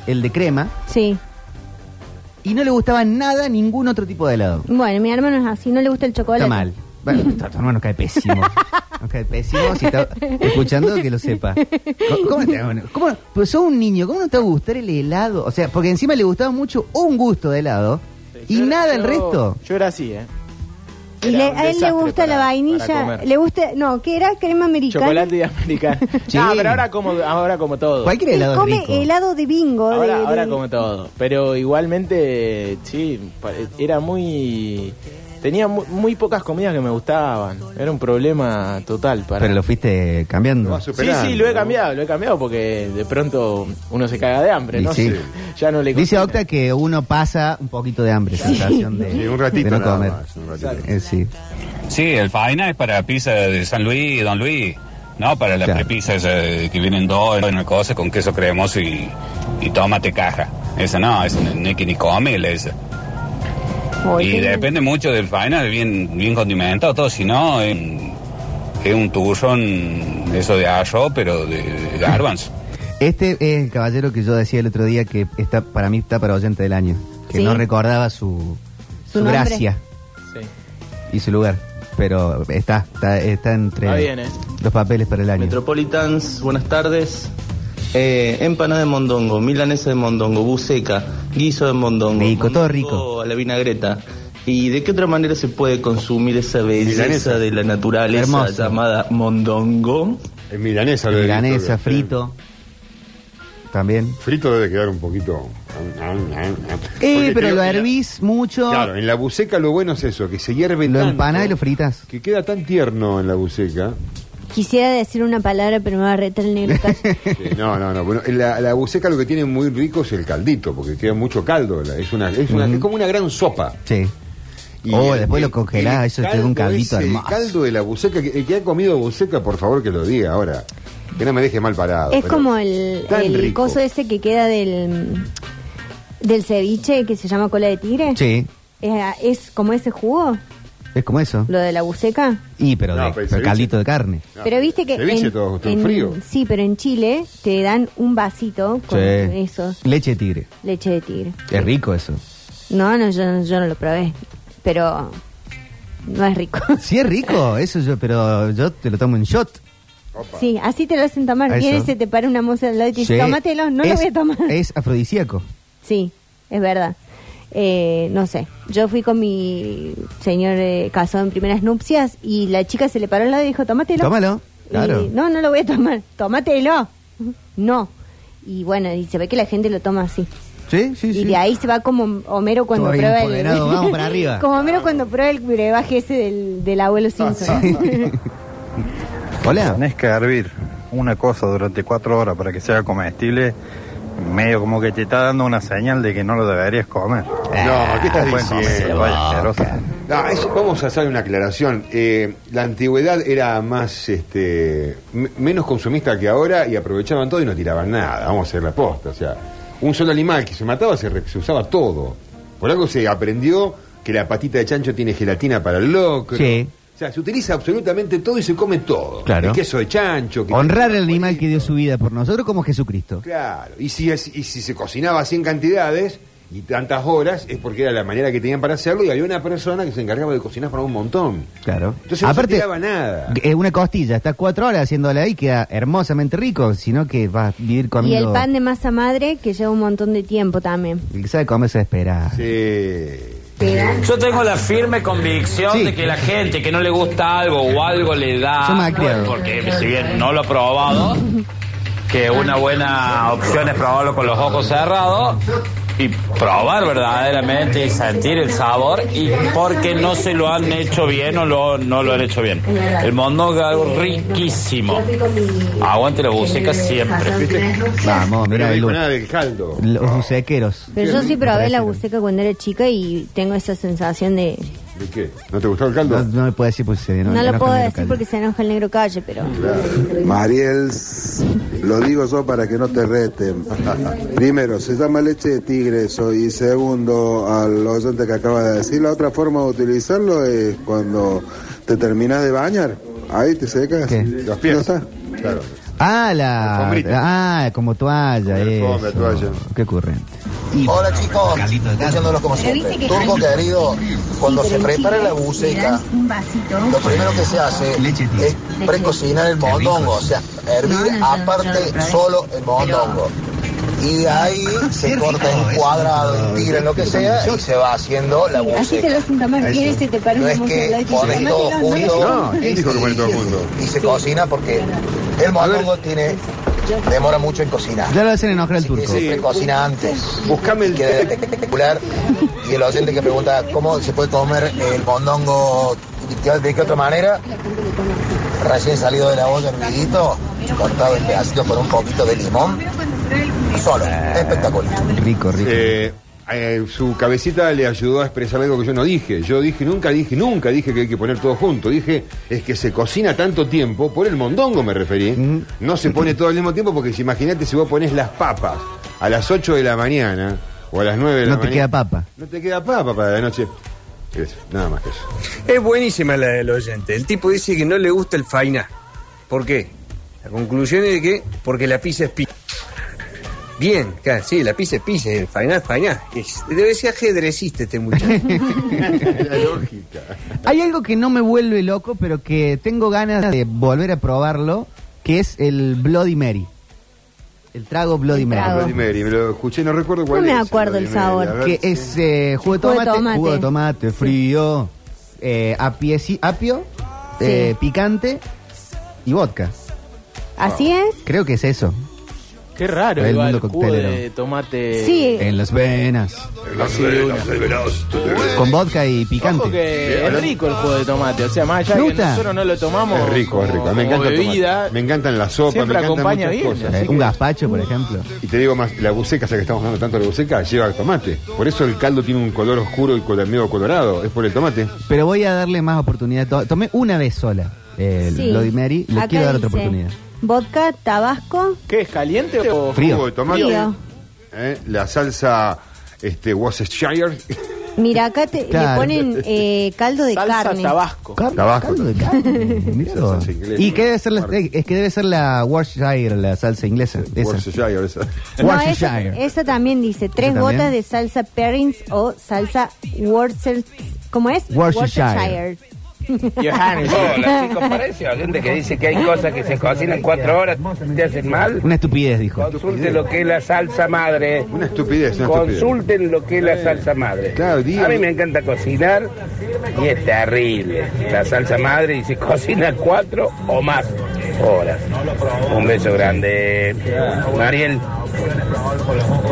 el de crema,
Sí.
y no le gustaba nada ningún otro tipo de helado.
Bueno, mi hermano es así, no le gusta el chocolate.
Está mal. Bueno, tu, tu hermano cae pésimo. Nos cae pésimo. Si está escuchando, que lo sepa. ¿Cómo, cómo te- bueno, cómo no- pero sos un niño, ¿cómo no te va a gustar el helado? O sea, porque encima le gustaba mucho un gusto de helado y nada el
Yo-
resto.
Yo era así, ¿eh?
Y
Era
le-
un
a él le
desastre
gusta
para-
la
para
vainilla,
comer.
le gusta, no, que era crema americana.
Chocolate y americano. No, pero ahora como, ahora como todo.
Él come helado de bingo. de-
Ahora, ahora
de-
como todo. Pero igualmente, sí, pa- era muy... Tenía mu- muy, pocas comidas que me gustaban. Era un problema total para...
Pero lo fuiste cambiando.
Sí, sí, lo he cambiado, lo he cambiado porque de pronto uno se caga de hambre,
Y
¿no?
sí.
Ya no le
Dice Octa que uno pasa un poquito de hambre, sensación de,
Sí, un ratito
de no
nada
comer.
más, un ratito.
Eh, sí.
Sí, el faena es para pizza de San Luis y Don Luis. No, para la
Claro.
prepizza esa de- que vienen dos en una cosa con queso cremoso y, y tomate caja. Esa no, esa no hay que ni comer esa. y depende mucho del faena, bien, bien condimentado todo, si no es un- es un turrón, eso de arroz, pero de, de garbanzo.
Este es el caballero que yo decía el otro día que está para mí está para oyente del año. Que
Sí.
no recordaba su,
Su
su,
nombre.
gracia y su lugar. Pero está, está, está entre
Está bien, ¿eh?
los papeles para el año.
Metropolitans, buenas tardes. Eh, empanada de mondongo, milanesa de mondongo, buceca, guiso de mondongo. Rico, todo rico. A la vinagreta. ¿Y de qué otra manera se puede consumir esa belleza
Milanesa.
de la naturaleza
Hermoso.
llamada mondongo?
Es milanesa. lo de
Milanesa,
Victoria.
frito. También.
Frito debe quedar un poquito...
Eh,
Porque
pero
te-
lo hervís mucho.
Claro, en la buceca lo bueno es eso, que se hierve
Lo
tanto,
empanás y lo fritas.
Que queda tan tierno en la buceca.
Quisiera decir una palabra, pero me va a retar el negro. Calle.
Sí, no, no, no. Bueno, en la, la buceca lo que tiene muy rico es el caldito, porque queda mucho caldo. la- Es, una, es, una-
Ujú.
es como una gran sopa.
Sí.
Y
oh,
el-
después
el-
lo congelás,
el
eso te da un
caldo
caldito
ese,
hermoso.
El caldo de la buceca, que- el que ha comido buceca, por favor que lo diga ahora. Que no me deje mal parado.
es
Ah, pero-
como el,
tan
el
rico.
coso ese que queda del, del ceviche que se llama cola de tigre.
Sí,
Es, es como ese jugo,
es como eso.
lo de la buceca.
Y pero,
No,
de-
pero el
pero
ceviche-
caldito de carne.
pero viste que.
ceviche todo- todo frío.
Sí, pero en Chile te dan un vasito con
Sí.
eso,
Leche de tigre.
leche de tigre.
Es rico eso.
No, no, yo, yo no lo probé. Pero no es rico.
Sí, es rico, eso yo, pero yo te lo tomo en shot.
Sí, así te lo hacen tomar.
Eso.
Viene, se te para una moza al lado y te dice,
Sí.
tómatelo, no lo
Es-
voy a tomar.
Es afrodisíaco.
Sí, es verdad. eh, no sé, yo fui con mi señor eh, casado en primeras nupcias y la chica se le paró al lado y dijo, tómatelo.
Tómalo, claro.
Y, no, no lo voy a tomar, tómatelo. No. Y bueno, y se ve que la gente lo toma así.
Sí, sí,
Y de ahí se va como Homero cuando
Todo bien
prueba el...
empoderado, vamos para arriba.
Como Homero cuando prueba el brebaje ese del, del abuelo Simpson.
Hola.
Tenés que hervir una cosa durante cuatro horas para que sea comestible, medio como que te está dando una señal de que no lo deberías comer.
No, ¿qué estás
Pueden comerse,
diciendo?
vaya, asqueroso.
No, eso- vamos a hacer una aclaración. Eh, la antigüedad era más, este, m- menos consumista que ahora y aprovechaban todo y no tiraban nada. Vamos a hacer la posta. O sea, un solo animal que se mataba se, re- se usaba todo. Por algo se aprendió que la patita de chancho tiene gelatina para el locro.
Sí.
O sea, se utiliza absolutamente todo y se come todo.
Claro.
El queso de chancho. que-
Honrar al animal que dio su vida por nosotros como Jesucristo.
Claro, y si, es- y si se cocinaba así en cantidades y tantas horas, es porque era la manera que tenían para hacerlo y había una persona que se encargaba de cocinar para un montón.
Claro.
Entonces no se tiraba nada.
Es una costilla, está cuatro horas haciéndola ahí, queda hermosamente rico, sino que va a vivir
y
comiendo.
el pan de masa madre que lleva un montón de tiempo también.
El que sabe comer se espera.
Yo tengo la firme convicción
Sí.
de que la gente que no le gusta algo o algo le da,
Yo me creo.
porque si bien no lo he probado, que una buena opción es probarlo con los ojos cerrados y probar verdaderamente y sentir el sabor y porque no se lo han hecho bien o lo- no lo han hecho bien. El mondongo es algo riquísimo. Aguante la buceca siempre.
Vamos, mira,
dijo
Belu.
nada Oh. del caldo.
Los bucequeros.
Pero yo sí probé la buceca cuando era chica y tengo esa sensación de...
¿De qué? ¿No te gustó el caldo?
No, no me puedo decir pues, eh, porque se-
No,
me
lo
enoja
puedo
el
decir
local.
porque se enoja el negro calle, pero...
Mm. Mariel, lo digo yo para que no te reten. Primero, se llama leche de tigre eso. Y segundo, al oyente que acaba de decir, la otra forma de utilizarlo es cuando te terminas de bañar. Ahí te secas. Los pies.
Claro.
Ah, la. Ah, como toalla.
alfombra,
eso.
toalla.
Qué ocurriente.
Hola chicos, escuchándolos como siempre. Turco querido, cuando se prepara la buceca, lo primero que se hace es precocinar el mondongo, o sea, hervir aparte solo el mondongo. Y de ahí se corta en cuadrado, en tigre, en lo que sea, y se va haciendo la buceca.
¿Quieres que te pare
No
una
es que
mozzarella
pones
cheese?
todo junto
No, ¿quién dijo que pone todo junto?
y se cocina porque el mondongo tiene, demora mucho en cocinar.
Ya lo hacen enojar al
que
turco.
siempre cocina antes. Buscame el que espectacular. Y el oyente que pregunta cómo se puede comer el mondongo de qué- de qué otra manera, recién salido de la olla hervidito, cortado en pedacitos con un poquito de limón, solo, espectacular.
Ah, Rico, rico.
Eh, eh, su cabecita le ayudó a expresar algo que yo no dije. Yo dije, nunca dije, nunca dije que hay que poner todo junto. Dije, es que se cocina tanto tiempo, por el mondongo me referí. No se pone todo al mismo tiempo porque si imagínate si vos pones las papas a las 8 de la mañana o a las 9 de la
No te
mañana.
queda papa.
No te queda papa para la noche. Eso, nada más que eso.
Es buenísima la del oyente. El tipo dice que no le gusta el faina. ¿Por qué? La conclusión es de que porque la pizza es pizza. Bien, claro, sí, la pizza es pizza, el fainá es fainá. Es- Debe ser ajedrecista este muchacho.
Hay algo que no me vuelve loco, pero que tengo ganas de volver a probarlo, que es el Bloody Mary. El trago Bloody Mary.
Bloody Mary, me lo escuché, no recuerdo cuál
No me
es
acuerdo el
Bloody Mary, a
sabor.
ver.
Que es eh, jugo de
Jugo de
tomate,
tomate.
jugo de tomate frío, eh, apieci- apio, eh, picante y vodka.
¿Así es?
Creo que es eso.
Qué raro,
El
el,
mundo
el cubo de
coctelero.
tomate.
Sí.
En las venas.
Sí, una.
Con vodka y
Ojo que
picante.
es rico el jugo de tomate, o sea, más allá de que
Fruta.
nosotros no lo tomamos
Es rico, es rico. A mí Me
como
encanta el tomate.
bebida,
Me encantan las sopas,
siempre
me encantan
acompaña
muchas
bien,
cosas.
así
Eh, Un gazpacho, por ejemplo.
Y te digo más, la buceca, ya que estamos hablando tanto de la buceca, lleva tomate. Por eso el caldo tiene un color oscuro y col- medio colorado. Es por el tomate.
Pero voy a darle más oportunidad. To- Tomé una vez sola eh, el
Sí.
Bloody Mary. Le
Acá
quiero dar otra
dice,
oportunidad.
Vodka, tabasco...
¿Qué es caliente o
Frío.
Jugo de tomate.
Frío.
eh, la salsa este, Worcestershire.
Mira, acá te,
Claro.
le ponen eh, caldo de
Car-
carne.
Tabasco.
caldo de carne. Mirá vos.
Salsa inglesa.
Y que debe ser la, eh, es que debe ser la Worcestershire, la salsa inglesa. Esa.
Worcestershire, esa.
No, esa, esa también dice tres
también?
gotas de salsa Perrins o salsa Worcester, ¿cómo es?
Worcestershire.
Hola, chicos, parece gente que dice que hay cosas que se cocinan cuatro horas, te hacen mal.
Una estupidez, dijo.
Consulten lo que es la salsa madre.
Una estupidez, una estupidez.
Consulten lo que es la salsa madre. A mí me encanta cocinar y es terrible. La salsa madre y se cocina cuatro o más horas. Un beso grande. Mariel,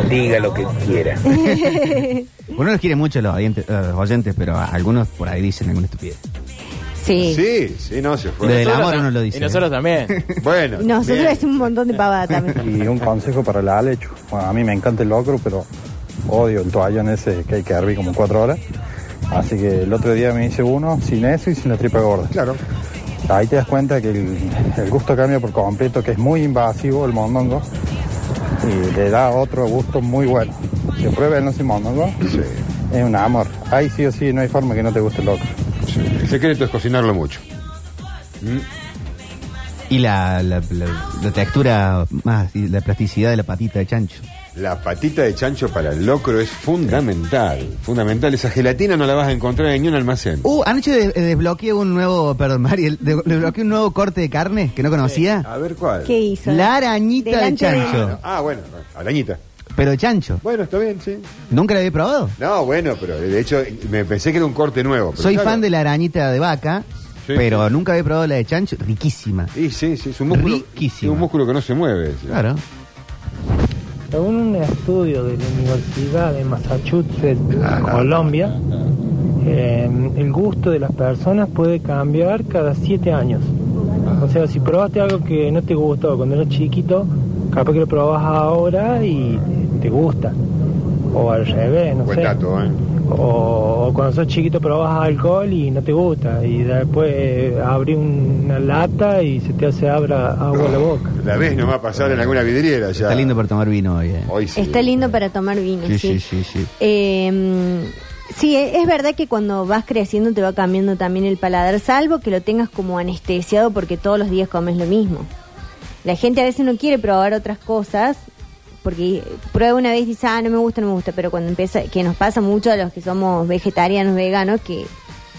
diga lo que quiera.
Uno los quiere mucho los oyentes, los oyentes, pero a- algunos por ahí dicen alguna estupidez.
Sí.
Sí, sí, no, se fue.
Lo del amor uno lo dice. ¿eh?
también.
bueno.
Nosotros es un montón de pavadas también.
Y un consejo para la Alechu. Bueno, a mí me encanta el locro, pero odio el toallón ese que hay que hervir como cuatro horas. Así que el otro día me hice uno sin eso y sin la tripa gorda. Claro. Ahí te das cuenta que el, el gusto cambia por completo, que es muy invasivo el mondongo y le da otro gusto muy bueno. Que prueben los mondongo. Es un amor. Ahí sí o sí, no hay forma que no te guste el locro.
El secreto es cocinarlo mucho.
Y la, la- la- la textura más, y la plasticidad de la patita de chancho.
La patita de chancho para el locro es fundamental. Fundamental. Esa gelatina no la vas a encontrar en ningún almacén.
Uh, anoche des- eh, desbloqueé un nuevo, perdón, Mariel, de- desbloqueé un nuevo corte de carne que no conocía.
A ver cuál.
¿Qué hizo?
La arañita
Delante
de
de-
chancho.
Ah, bueno, arañita.
Pero de chancho.
Bueno, está bien, sí.
¿Nunca la había probado?
No, bueno, pero de hecho me pensé que era un corte nuevo. pero
Soy
claro.
fan de la arañita de vaca,
Sí,
pero nunca había probado la de chancho. Riquísima.
Y sí, sí, es un músculo. es un músculo que no se mueve. sí.
Claro.
¿eh?
Según un estudio de la Universidad de Massachusetts,
Ah,
Colombia, eh, el gusto de las personas puede cambiar cada siete años. O sea, si probaste algo que no te gustó cuando eras chiquito, capaz que lo probas ahora y te gusta. O al revés, no
Buen
sé.
dato, ¿eh?
O, o cuando sos chiquito probas alcohol y no te gusta. Y después eh, abrís una lata y se te hace abra agua la boca.
La vez no va a pasar en alguna vidriera ya.
Está lindo para tomar vino hoy. eh.
Hoy sí.
Está lindo para tomar vino, sí.
Sí, sí, sí, sí.
Eh, sí, e- es verdad que cuando vas creciendo te va cambiando también el paladar, salvo que lo tengas como anestesiado porque todos los días comes lo mismo. La gente a veces no quiere probar otras cosas porque prueba una vez y dice, ah, no me gusta, no me gusta, pero cuando empieza, que nos pasa mucho a los que somos vegetarianos, veganos, que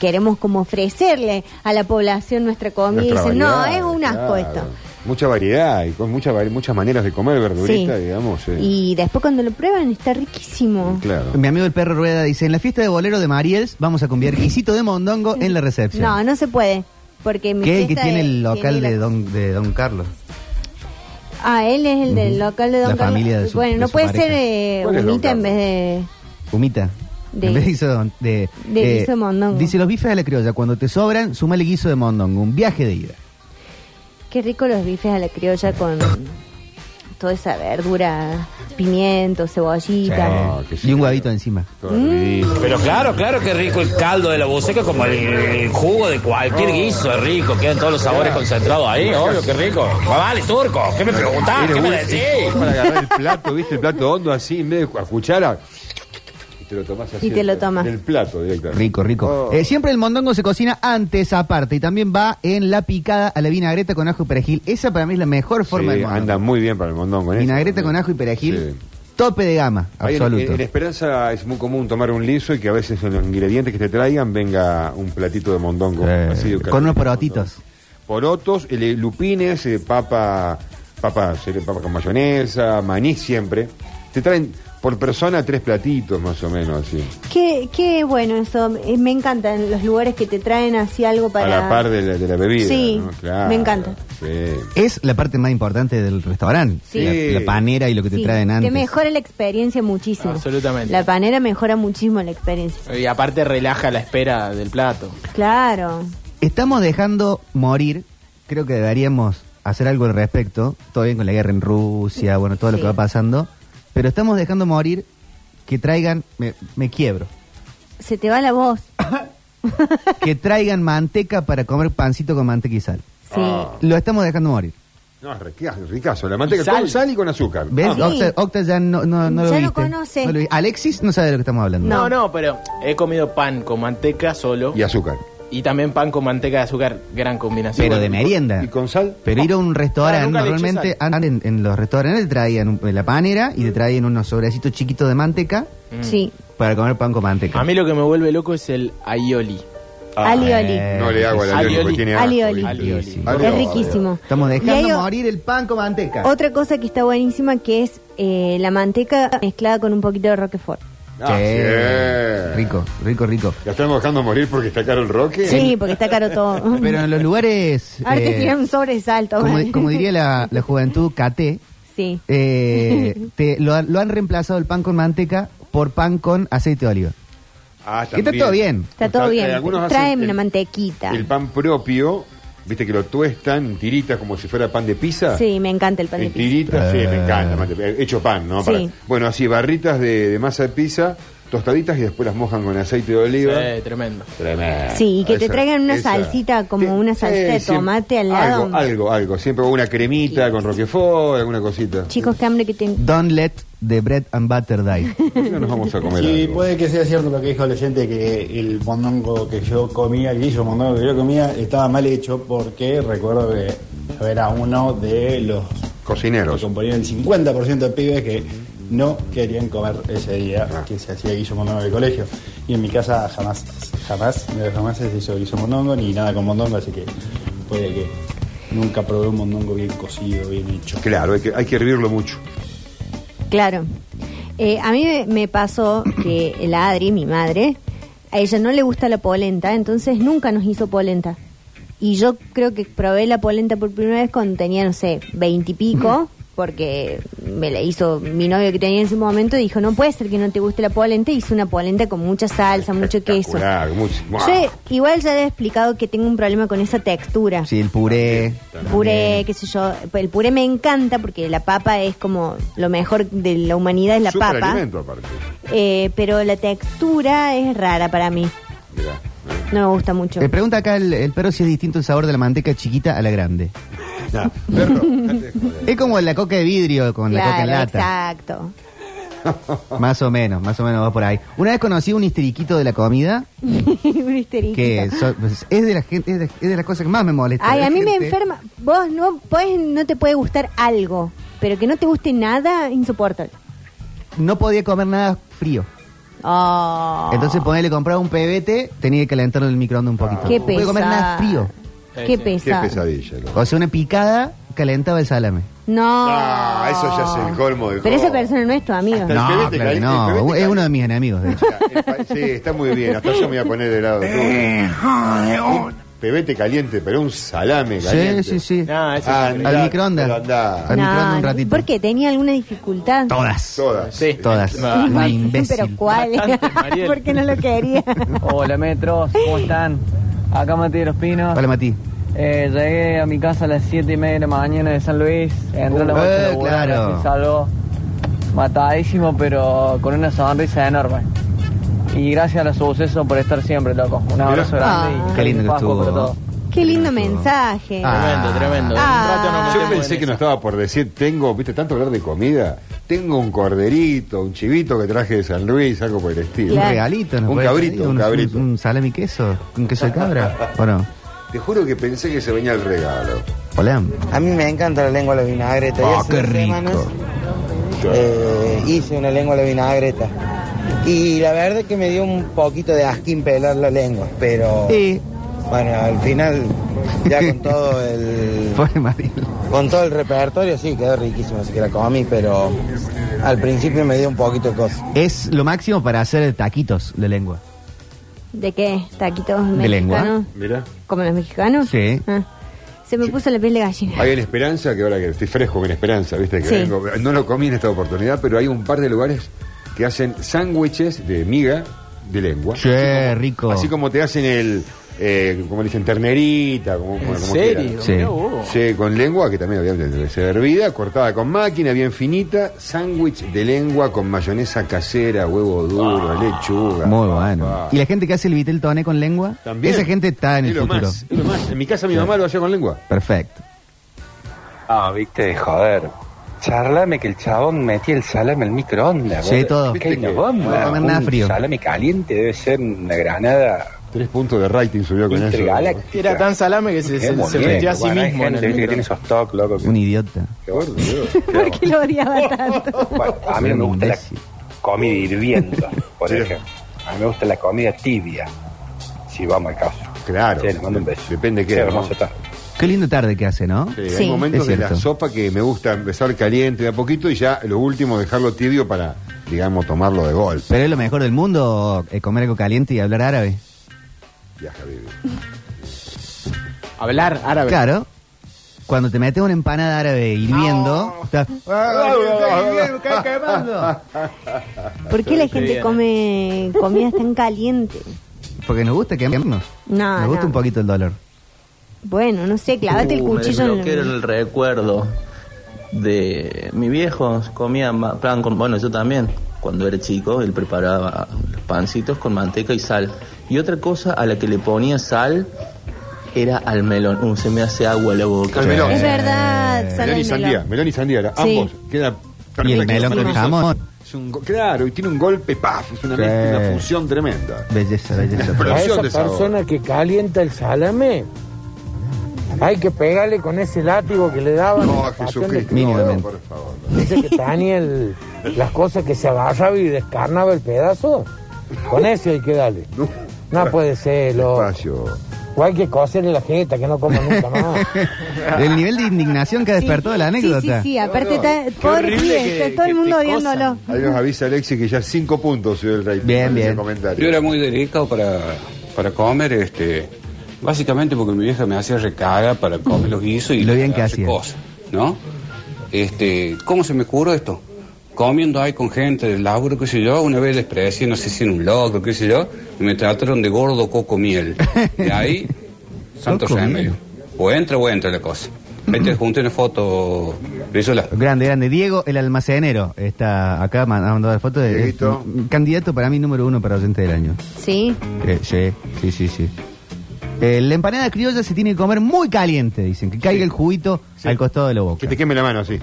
queremos como ofrecerle a la población nuestra comida
Nuestra
y dicen, no,
variedad,
es un asco
claro.
esto.
Mucha variedad y con mucha vari- muchas maneras de comer verdurita,
Sí.
digamos. sí.
Y después cuando lo prueban está riquísimo.
Claro.
Mi amigo el perro Rueda dice, en la fiesta de bolero de Mariels vamos a conviar guisito de mondongo en la recepción.
No, no se puede. Porque mi
que es el que
fiesta
tiene
es-
el local
tiene
de
la-
don, de don Carlos.
Ah, él es el del local de Don
La
Carlos.
familia de su-
bueno,
de
no
su
puede
pareja.
ser eh,
¿Cuál es Don
humita en vez de...
Humita.
De-
En vez de guiso de, don- de- eh,
de guiso de mondongo.
Dice, los bifes a la criolla, cuando te sobran, sumale guiso de mondongo. Un viaje de ida.
Qué rico los bifes a la criolla con toda esa verdura, pimiento,
Ah,
cebollita.
y un huevito encima.
Pero claro, claro que rico el caldo de la buceca como el, el jugo de cualquier guiso es rico, quedan todos los sabores concentrados ahí, obvio que rico. Ah, Vale, turco, ¿qué me preguntás?
Mira,
¿Qué me
vos,
decís?
Para agarrar el plato, ¿viste? El plato hondo así, en vez de a cuchara. Y te lo tomás así.
Y te lo tomás.
Del plato directamente.
Rico, rico.
Oh.
Eh, siempre el mondongo se cocina antes, aparte. Y también va en la picada a la vinagreta con ajo y perejil. Esa para mí es la mejor forma
Sí,
de mondongo.
anda muy bien para el mondongo. ¿eh?
Vinagreta con ajo y perejil. Tope de gama,
Ahí en-
absoluto.
En, en Esperanza es muy común tomar un liso y que a veces en los ingredientes que te traigan venga un platito de mondongo. así de
con unos
caliente.
porotitos.
Porotos, eh, lupines, eh, papa, papa, se- papa con mayonesa, maní siempre. Te traen por persona tres platitos más o menos así.
Qué, qué bueno eso. Eh, Me encantan los lugares que te traen así algo para...
A la par de la, de la bebida.
Sí,
¿no? Claro,
me encanta.
sí.
Es la parte más importante del restaurante.
Sí.
La, la panera y lo que te
Sí,
traen
te
antes.
mejora la experiencia muchísimo.
Absolutamente.
La panera mejora muchísimo la experiencia.
Y aparte relaja la espera del plato.
Claro.
Estamos dejando morir. Creo que deberíamos hacer algo al respecto. Todo bien con la guerra en Rusia, bueno, todo lo
Sí.
que va pasando. Pero estamos dejando morir que traigan. Me, me quiebro.
Se te va la voz.
que traigan manteca para comer pancito con manteca y sal.
Ah,
Lo estamos dejando morir.
no, es ricazo, ricazo. La manteca
Y sal.
con sal y con azúcar.
¿Ves?
Vamos.
Octa, Octa ya no, no, no lo
Ah. Ya lo
viste.
conoce.
No lo vi- Alexis no sabe de lo que estamos hablando.
No. no, pero he comido pan con manteca solo.
Y azúcar.
Y también pan con manteca de azúcar, gran combinación.
Pero de merienda.
¿Y con sal?
Pero ir a un
Ah,
restaurante,
nunca le eché
normalmente antes en, en los restaurantes te traían un- la panera y te traían unos sobrecitos chiquitos de manteca
Mm.
Sí.
para comer pan con manteca.
A mí lo que me vuelve loco es el aioli.
Ah,
Alioli.
eh,
No le hago la alioli porque tiene
Alioli.
ajo, ¿viste?
Alioli. Es riquísimo.
Estamos
Y
dejando
hay o-
morir el pan con manteca.
Otra cosa que está buenísima que es eh, la manteca mezclada con un poquito de roquefort.
Ah,
Sí.
sí.
Rico, rico, rico.
¿La estamos dejando morir porque está caro el roque?
Sí, porque está caro todo.
Pero en los lugares.
Ahora te
eh,
tiran un sobresalto.
como,
¿vale?
como diría la, la juventud, caté,
Sí.
eh, te- lo, han- lo han reemplazado el pan con manteca por pan con aceite de oliva.
Ah,
Que está
también.
todo bien.
Está todo bien.
eh, algunos hacen
Tráeme
el-
una mantequita.
El pan propio, viste que lo tuestan en tiritas como si fuera pan de pizza.
Sí, me encanta el pan de
En
pizza.
tiritas, sí, me
Eh.
encanta. man, eh, Hecho pan, ¿no?
Sí.
Para- bueno, así, barritas de, de masa de pizza, tostaditas y después las mojan con aceite de oliva.
Sí, Eh, tremendo.
Tremendo.
Sí, y que te
Esa-
traigan una
esa-
salsita, como una salsita de
Sí, siempre-
tomate al lado.
Algo, algo, algo. Siempre una cremita con roquefort, alguna cosita.
Chicos, qué hambre que tienen.
Don't let the bread and butter die.
Ya nos vamos a comer
Sí,
algo.
puede que sea cierto lo que dijo el oyente, que el mondongo que yo comía, el guillo mondongo que yo comía, estaba mal hecho porque recuerdo que yo era uno de los
Cocineros.
que componían el 50% de pibes que no querían comer ese día
Ah.
que se hacía guillo mondongo en el colegio. Y en mi casa jamás, jamás, jamás se hizo guillo mondongo ni nada con mondongo, así que puede que nunca probé un mondongo bien cocido, bien hecho.
Claro, hay que, hay que hervirlo mucho.
Claro. Eh, a mí me- me pasó que la Adri, mi madre, a ella no le gusta la polenta, entonces nunca nos hizo polenta. Y yo creo que probé la polenta por primera vez cuando tenía, no sé, veintipico, porque me la hizo mi novio que tenía en ese momento, dijo, no puede ser que no te guste la polenta, hizo una polenta con mucha salsa, mucho queso.
Espectacular, mucho.
Yo igual ya le he explicado que tengo un problema con esa textura.
Sí, el puré.
Puré, qué sé yo. El puré me encanta porque la papa es como lo mejor de la humanidad es la papa.
Superalimento, aparte.
Eh, pero la textura es rara para mí.
Mirá.
No me gusta mucho.
Me pregunta acá el, el perro si es distinto el sabor de la manteca chiquita a la grande.
No, perro, date de joder.
Es como la coca de vidrio con la coca en
Claro,
lata.
exacto.
Más o menos, más o menos va por ahí. Una vez conocí un histeriquito de la comida
Un histeriquito.
que so- es de la gente, es de, es de las cosas que más me molesta.
Ay,
de la
a mí me
gente.
enferma. Vos no podés- no te puede gustar algo, pero que no te guste nada, insoportable.
No podía comer nada frío.
Ah.
Oh.
Entonces ponele compraba un pebete, tenía que calentarlo en el microondas un poquito.
Qué
no podía comer
pesada.
nada frío.
qué pesado.
Eh, pesadilla. loco.
O sea, una picada calentaba el salame.
No.
Ah, eso ya es el colmo del
Pero esa
colmo.
persona no es tu amiga.
El
No,
pebete
claro que
caliente, el
no.
pebete
Es uno de mis enemigos, de hecho.
Sí, está muy bien. Hasta yo me voy a poner de lado. tuyo. Un Pebete caliente, pero un salame caliente.
Sí, sí, sí.
Ah, eso es
Al microondas.
pero andá.
Al microondas un
no,
ratito.
¿Por qué? ¿Tenía alguna dificultad?
Todas.
Todas. Sí.
Todas. Una imbécil.
¿Pero cuál? ¿Por qué no lo quería?
Hola metros, ¿cómo están? Acá Mati de los Pinos.
Hola, Mati.
Eh, llegué a mi casa a las 7 y media de la mañana de San Luis. Entré a las
Uh,
8 de la
eh,
mañana,
claro.
recién salgo matadísimo, pero con una sonrisa enorme. Y gracias a los sucesos por estar siempre, loco. Un abrazo
Mirá.
grande
Ah.
y
Qué lindo que
Pascua
estuvo.
para todos.
Qué lindo mensaje.
Ah.
Tremendo.
Ah.
Yo pensé que no estaba por decir, tengo, viste, tanto hablar de comida. Tengo un corderito, un chivito que traje de San Luis, algo por el estilo.
Un regalito, ¿no?
Un
Puede
cabrito,
ser,
un cabrito.
Un, salami queso, un queso de cabra. ¿O no?
Te juro que pensé que se venía el regalo.
Hola.
A mí me encanta la lengua a la vinagreta.
Ah,
Y hace
qué
unas
rico.
semanas, eh, hice una lengua a la vinagreta. Y la verdad es que me dio un poquito de asquín pelar la lengua, pero bueno, al final, ya con todo el con todo el repertorio sí quedó riquísimo, así que la comí, pero al principio me dio un poquito de cosa.
Es lo máximo para hacer taquitos de lengua.
¿De qué? ¿Taquitos mexicanos?
¿De lengua?
Mirá.
¿Como los mexicanos?
Sí.
Ah. Se me puso la piel de gallina.
Hay en Esperanza, que ahora que estoy fresco con Esperanza, viste que
Sí.
vengo- No lo comí en esta oportunidad, pero hay un par de lugares que hacen sándwiches de miga de lengua.
Sí, rico.
Así como te hacen el, eh, como le dicen, ternerita, como, como-
¿En
como
serio?
quieran.
Sí. Mirá
Sí, con lengua, que también obviamente debe ser hervida, cortada con máquina, bien finita, sándwich de lengua con mayonesa casera, huevo duro, lechuga.
Ah. Muy bueno.
Ah.
¿Y la gente que hace el vitel toné con lengua?
También.
Esa gente está en
Es
el
lo
futuro.
más, es lo más. En mi casa mi mamá lo hacía con lengua.
Perfecto.
Ah, viste, joder. Charlame que el chabón metía el salame al microondas.
Sí,
boludo.
todo.
Qué
Viste que
bomba.
no comen nada
Un
frío.
Salame caliente debe ser una granada.
Tres puntos de rating subió con eso.
Intergaláctica.
Era tan salame que se, se, se metió a sí
Bueno, hay
mismo en
gente, viste,
el
que tiene
micro.
esos toques, loco. que-
Un idiota.
Qué gordo,
¿Por qué lo odiaba tanto?
Bueno, a mí no me gusta la comida hirviendo, por ejemplo. A mí me gusta la comida tibia. si vamos al caso.
Claro.
Sí, les mando un beso.
Depende qué,
Sí,
¿no?
hermoso está.
Qué linda tarde que hace, ¿no?
Eh, Hay momentos
Es
de la
cierto.
sopa que me gusta empezar caliente de a poquito y ya lo último dejarlo tibio para, digamos, tomarlo de golpe.
Pero es lo mejor del mundo eh, comer algo caliente y hablar árabe.
Viaja, vive.
Hablar árabe.
Claro. Cuando te metes una empanada árabe hirviendo, estás- Ah,
¿Por qué la gente come comidas tan calientes?
porque nos gusta quemarnos.
No,
nos gusta
no.
un poquito el dolor.
Bueno, no sé, clavate el
Uh,
cuchillo
Me
en
desbloquearon
el...
el recuerdo de mi viejo. Comía ma- pan con. Bueno, yo también. Cuando era chico, él preparaba pancitos con manteca y sal. Y otra cosa a la que le ponía sal era al melón. Uh, se me hace agua la boca.
Al melón.
Es verdad, sal
melón
al
y sandía,
melón.
melón y sandía, era-
Sí.
ambos. Queda
Y el
perfecto.
melón con
Maravilloso.
jamón.
Es un go- claro, y tiene un golpe, paf, es una,
Sí.
mezcla, una fusión tremenda.
Belleza, belleza.
Pero-
A
Producción
esa
de sabor.
persona que calienta el salame, hay que pegarle con ese látigo que le daban. en la Pasión de
Jesucristo,
Cristo.
no, por favor.
Dice que Daniel, las cosas que se agarraba y descarnaba el pedazo, con ese hay que darle. No puede ser, lo. O hay que coserle la jeta, que no coma nunca más.
El nivel de indignación que ha despertado la
Sí, sí,
anécdota.
sí, aparte está...
Qué
Pobre
horrible
pibe,
que-
está todo el mundo odiándolo.
Ahí nos avisa Alexis que ya cinco puntos subió el rating.
Bien, bien.
Comentario.
Yo era muy delicado para, para comer, este, básicamente porque mi vieja me hacía recaga para comer los guisos y
Lo bien que
hacer
hacía.
cosas, ¿no? Este, ¿cómo se me curó esto? Comiendo ahí con gente del laburo, qué sé yo, una vez les pregué, no sé si en un logro, qué sé yo, y me trataron de gordo coco miel. De ahí, santo
Coco miel.
remedio. O entra o entra la cosa. Ahí te junté una foto, Brizuela.
Grande, grande. Diego, el almacenero, está acá mandando la foto. De, es
Dieguito.
un- un candidato para mí número uno para oyente del año.
Sí,
Eh, sí, sí, sí, sí. Eh, la empanada criolla se tiene que comer muy caliente, dicen. Que caiga el juguito al costado de la boca. Que
te queme la mano, sí.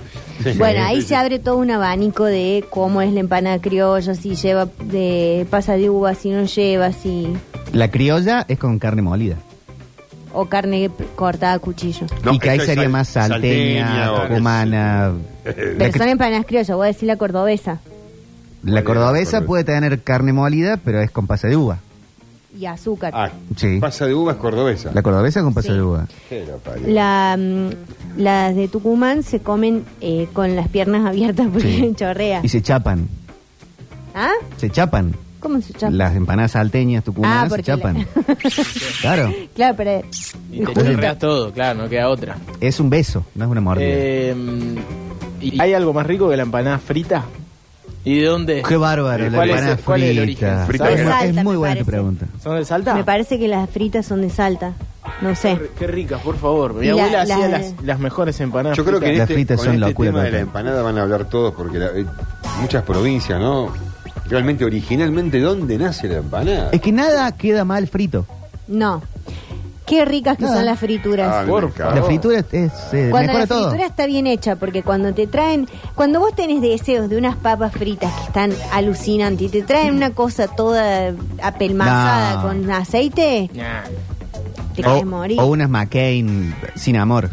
bueno, ahí se abre todo un abanico de cómo es la empanada criolla, si lleva de pasa de uva, si no lleva, si...
La criolla es con carne molida.
o carne p- cortada a cuchillo.
y que ahí sería más salteña,
salteña o-
tucumana. La,
Pero son empanadas criollas, voy a decir la cordobesa
la cordobesa puede tener carne molida, pero es con pasa de uva.
y azúcar.
Ah,
Sí.
pasa de uva es cordobesa.
La cordobesa con pasa
Sí.
de uva.
Que lo parió.
La, mm, las de Tucumán se comen eh, con las piernas abiertas porque
Sí.
chorrea.
Y se chapan.
¿Ah?
Se chapan.
¿Cómo se chapa? Ah,
Las empanadas salteñas tucumanas se
porque
chapan.
la-
Claro.
claro, pero
Y te chorreas todo, claro, no queda otra.
Es un beso, no es una mordida.
Eh, ¿y ¿Hay algo más rico que la empanada frita? ¿Y de dónde?
Qué bárbaro,
¿Y
la
cuál es-
empanada
cuál es el
frita.
origen?
Frita
¿Sabes?
es
Salta,
Es muy
me
buena tu
parece.
pregunta.
¿Son de Salta?
me parece que las fritas son de Salta. No sé.
Qué ricas, por favor. Mi
Y la-
abuela hacía
la-
las, las mejores empanadas.
Yo creo que en
fritas.
este, con este tema de la empanada van a hablar todos porque la- eh, muchas provincias, ¿no? Realmente, originalmente, ¿dónde nace la empanada?
Es que nada queda mal frito.
No. Qué ricas que
Nada.
son las frituras.
Ah, Por favor.
La fritura es, es, eh,
Cuando
mejora
la
todo.
fritura está bien hecha, porque cuando te traen, cuando vos tenés deseos de unas papas fritas que están alucinantes y te traen una cosa toda apelmazada
No.
con aceite, te querés morir.
o, o unas McCain sin amor.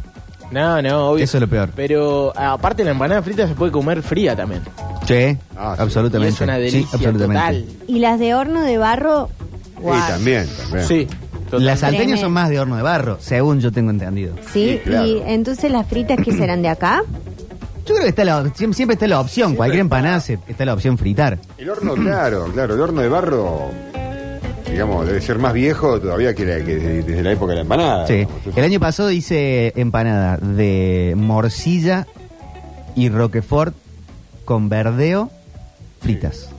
No, no, obvio.
Eso es lo peor.
Pero ah, aparte la empanada frita se puede comer fría también.
Sí,
Y
absolutamente.
es una
sí,
delicia
absolutamente.
total.
Y las de horno de barro, guau,
Sí, también, también.
Sí.
Las salteñas
Tremendo.
son más de horno de barro, según yo tengo entendido.
¿sí? Y entonces las fritas que serán de acá,
Yo creo que está la, siem- siempre, está la opción. Cualquier empanada se- está la opción fritar.
El horno, claro, claro, el horno de barro, digamos, debe ser más viejo todavía que, la- que desde, desde la época de la empanada.
Sí.
digamos.
El año pasado hice empanada de morcilla y roquefort con verdeo fritas.
Eh,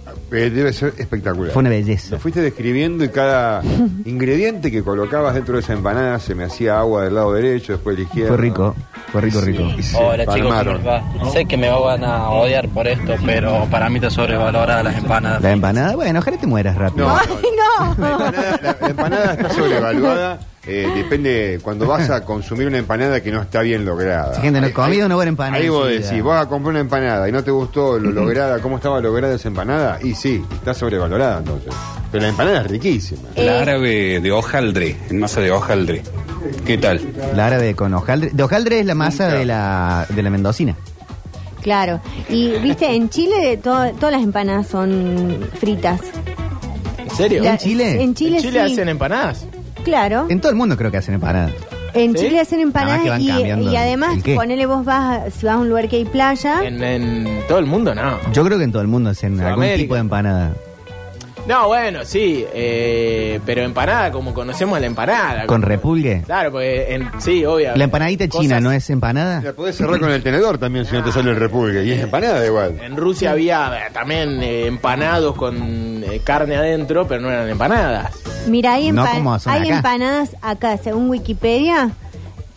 Debe ser espectacular.
Fue una belleza.
Lo fuiste describiendo y cada ingrediente que colocabas dentro de esa empanada se me hacía agua del lado derecho, después del izquierdo.
Fue rico, fue rico, rico.
Y se
Hola chicos, ¿cómo
empalmaron.
les va? Sé que me van a odiar por esto, pero para mí está sobrevalorada las empanadas.
La empanada, bueno, ojalá te mueras rápido.
La empanada está sobrevaluada. eh, depende cuando vas a consumir una empanada que no está bien lograda.
Si gente no
Ahí-
ha comido una buena empanada.
Ahí
en
vos
su vida.
decís, vos vas a comprar una empanada y no te gustó lo lograda, cómo estaba lograda esa empanada, y sí, está sobrevalorada entonces. Pero la empanada es riquísima.
La árabe de hojaldre, en masa de hojaldre. ¿Qué tal?
La árabe con hojaldre. De hojaldre es la masa de la, de la mendocina.
claro. Y viste, en Chile to- todas las empanadas son fritas.
serio?
¿En Chile?
En Chile, sí.
hacen empanadas.
Claro.
En todo el mundo creo que hacen empanadas.
En
¿Sí?
Chile hacen empanadas
Nada más que
y,
van cambiando
y
el-
además,
el qué.
ponele vos vas, a- si vas a un lugar que hay playa,
En, en todo el mundo, no.
Yo creo que en todo el mundo hacen algún
Sudamérica.
tipo de empanada.
No, bueno, sí, eh, pero empanada como conocemos la empanada.
¿Con repulgue?
Claro, porque en, sí, obvio.
La empanadita
Cosas-
china no es empanada. La
podés cerrar con el tenedor también si no te sale el repulgue. Y es empanada igual.
En Rusia había eh, también eh, empanados con eh, carne adentro, pero no eran empanadas.
mira, hay,
No
empa-
como son
hay
acá.
empanadas acá, según Wikipedia,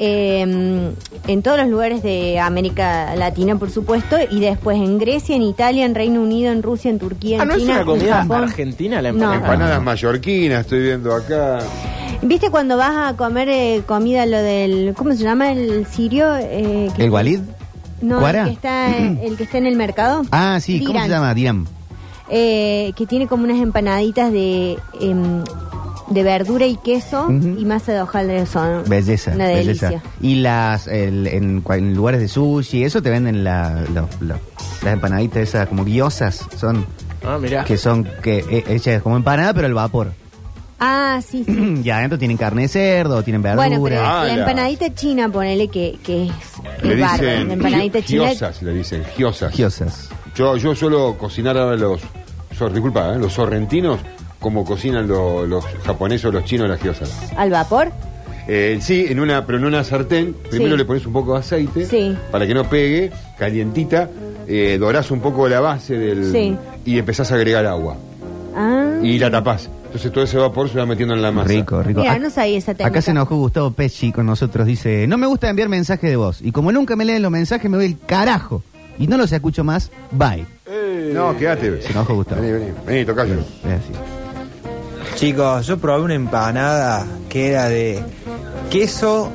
eh, en todos los lugares de América Latina, por supuesto, y después en Grecia, en Italia, en Reino Unido, en Rusia, en Turquía,
Ah,
en
no es
China,
una
en
comida
Japón.
argentina la
No.
empanada.
Empanadas mallorquinas estoy viendo acá.
¿Viste cuando vas a comer eh, comida lo del, ¿cómo se llama? El sirio. Eh, que-
¿El Walid?
No,
¿Cuara?
El, que está, el que está en el mercado.
Ah, sí, ¿cómo
Dirán.
se llama? Diram.
Eh, que tiene como unas empanaditas de em, de verdura y queso
Ujú.
y masa de hojaldre son
Belleza,
una delicia.
belleza. Y las el- en, cua- en lugares de sushi, eso te venden la- lo- lo- las empanaditas esas como guiosas, son
Ah, mirá.
que son que eh, hechas como empanada pero al vapor.
Ah, sí, sí.
y adentro tienen carne de cerdo, tienen verdura.
Bueno, pero
Ah,
la empanadita china, ponele que, que es,
Le
es bárbara. La
dicen
empanadita china.
giosas, le dicen giosas. Yo, yo suelo cocinar ahora los, sor- disculpa, ¿eh? los sorrentinos como cocinan lo- los japoneses o los chinos las giosas.
¿Al vapor?
Eh, sí, en una, pero en una sartén, primero
Sí.
le pones un poco de aceite
Sí.
para que no pegue, calientita, eh, dorás un poco la base del
Sí.
y empezás a agregar agua
Ah,
y la tapás. Entonces todo ese vapor se va metiendo en la masa.
Rico, rico.
mira,
Ac-
no sabía esa técnica.
Acá se enojó Gustavo Pesci con nosotros. Dice: No me gusta enviar mensajes de voz. Y como nunca me leen los mensajes, me voy el carajo. Y no los escucho más. Bye.
No, quédate.
Se enojó Gustavo.
Vení, vení, vení, tocayo.
Chicos, Ah, yo probé una empanada que era de queso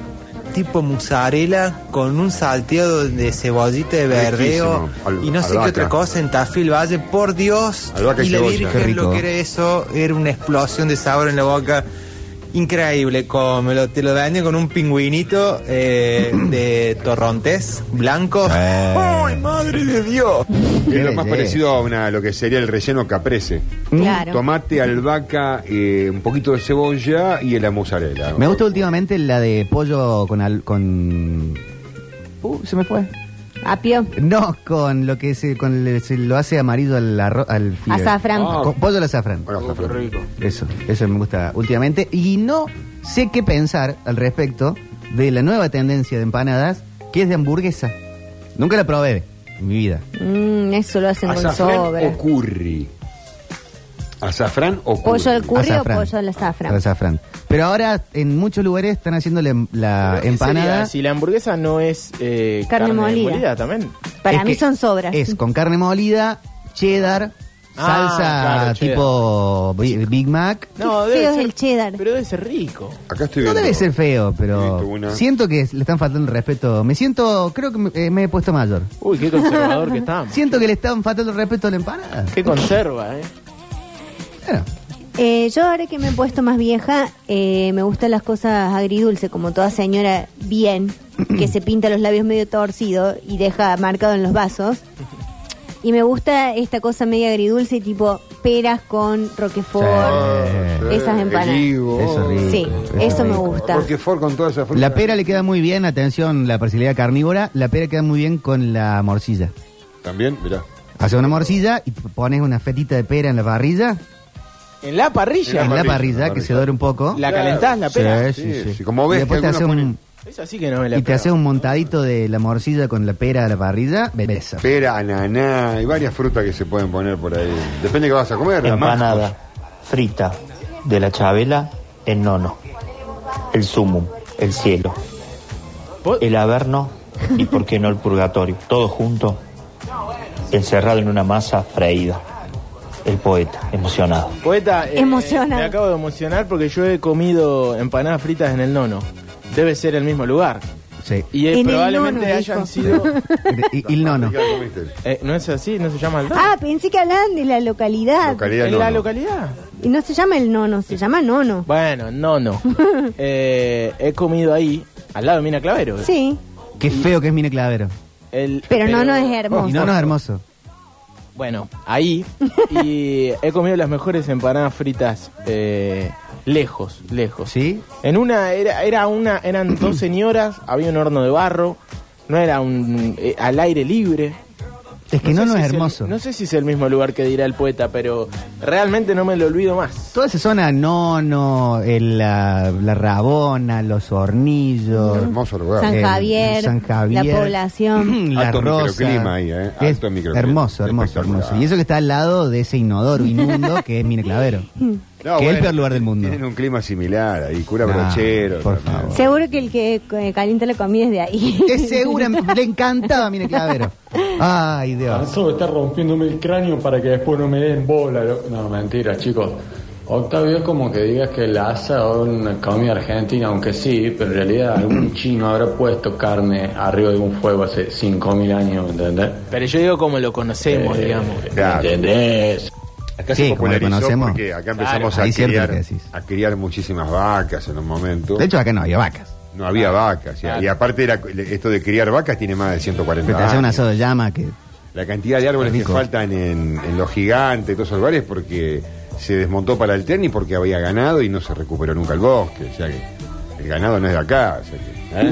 tipo mozzarella con un salteado de cebollita de verdeo
Riquísimo. Al-
y no sé qué
albahaca.
otra cosa en Tafil Valle. Por Dios,
Albahaca y
y la
cebolla. Qué
Virgen
rico.
lo que era eso, era una explosión de sabor en la boca. Increíble, cómelo, te lo daño con un pingüinito eh, de torrontés blanco. ¡Ay, madre de
Es
Dios!
lo más
belleza.
parecido a una, lo que sería el relleno caprese.
Claro.
Tomate, albahaca, eh, un poquito de cebolla y la mozzarella.
Me gusta últimamente la de pollo con. al- con... Uh, se me fue.
Apio.
No, con lo que se, con le- se lo hace amarillo al, arro- al fideo.
Azafrán. Ah.
Con pollo al azafrán. Eso, eso me gusta últimamente. Y no sé qué pensar al respecto de la nueva tendencia de empanadas, que es de hamburguesa. Nunca la probé en mi vida.
Mm, eso lo hacen con
Azafrán
sobra.
o curry. Azafrán o curry.
Pollo al curry
Azafrán.
o pollo al azafrán.
Al azafrán. Pero ahora en muchos lugares están haciendo la, la
¿Qué sería
empanada.
Si la hamburguesa no es eh,
Carne molida.
también.
Para
Es
mí
que
son sobras.
Es con carne molida, cheddar,
Ah,
salsa
claro, cheddar.
tipo Bi- Big Mac.
No,
Qué
debe
feo es
ser,
el cheddar.
Pero debe ser rico.
Acá estoy
No debe ser feo, pero
una.
siento que le están faltando el respeto. Me siento, creo que me, eh, me he puesto mayor.
Uy, qué conservador que estamos.
Siento que le están faltando el respeto a la empanada.
Qué conserva, ¿eh?
Eh, yo ahora que me he puesto más vieja, eh, me gustan las cosas agridulce, como toda señora bien, que se pinta los labios medio torcido y deja marcado en los vasos. Y me gusta esta cosa media agridulce, tipo peras con roquefort,
Ah,
esas empanadas.
Eso
rico, Sí, eso me gusta.
Porque Ford con toda esa fruta.
La pera le queda muy bien, atención, la parcialidad carnívora. La pera queda muy bien con la morcilla.
También, mirá.
Haces una morcilla y p- pones una fetita de pera en la parrilla.
En la parrilla.
en la parrilla, que se dore un poco.
La calentás, la pera.
Sí, sí, sí.
como
Y
ves
después
que
te haces
algunos
un,
Esa sí que no me la
y te haces un montadito de la morcilla con la pera a la parrilla. Belleza.
Pera, ananá, hay varias frutas que se pueden poner por ahí. Depende de qué vas a comer.
Empanada frita de la Chabela en nono. El sumum, el cielo. El averno y por qué no el purgatorio. Todo junto, encerrado en una masa freída. El poeta, emocionado.
Poeta, eh,
Emocionado.
me acabo de emocionar porque yo he comido empanadas fritas en el nono. Debe ser el mismo lugar.
Sí.
Y eh,
En el
probablemente
nono,
hayan
dijo.
sido.
Y, no, no.
Eh, ¿No es así? ¿No se llama el nono?
Ah, pensé que hablaban de la localidad.
¿En la localidad?
Y no se llama el nono, se llama nono.
Bueno, nono. Eh, he comido ahí, al lado de Mina Clavero.
Sí,
Qué feo que es Mine Clavero.
El-
pero, nono es
Y
hermoso.
no, no es hermoso.
Bueno, ahí. Y he comido las mejores empanadas fritas eh, lejos, lejos.
¿Sí?
En una, era, era una, eran dos señoras, había un horno de barro, no era un eh, al aire libre.
Es que no, no
sé
es
si el-
hermoso.
no sé si es el mismo lugar que dirá el poeta, pero realmente no me lo olvido más.
Toda esa zona, Nono, el, la, la Rabona, Los Hornillos.
Hermoso
San Javier,
Eh, San Javier.
la población.
La
Alto
Rosa.
microclima ahí, ¿eh? Alto
Es
microclima.
hermoso, hermoso, hermoso. Y eso que está al lado de ese inodoro inmundo que es Mine Clavero. que
No,
es el
bueno,
peor lugar del mundo.
Tienen un clima similar ahí, cura
No,
brochero.
por
también.
Seguro que el que eh, calienta la comida es de ahí.
Es segura, le encantaba Mine Clavero. Ay, Dios.
Cansado de estar rompiéndome el cráneo para que después no me den bola. lo- No, mentira, chicos. Octavio es como que digas que la asa es una comida argentina, aunque sí, pero en realidad algún chino habrá puesto carne arriba de un fuego hace 5.000 años, ¿entendés?
Pero yo digo como lo conocemos, digamos.
¿Entendés? Acá
Eh, Sí,
se
como lo
popularizó
conocemos.
porque acá empezamos
Claro. Ahí
a,
es cierto lo que
criar,
decís.
a criar muchísimas vacas en un momento.
De hecho, acá no había vacas.
No había vacas. ya. Y aparte era, esto de criar vacas tiene más de
Pero
140
te hacía un
años.
asado de llama que.
La cantidad de árboles que faltan en, en los gigantes, todos esos lugares, porque se desmontó para el tren y porque había ganado y no se recuperó nunca el bosque. O sea que el ganado no es de acá. o sea que, ¿eh?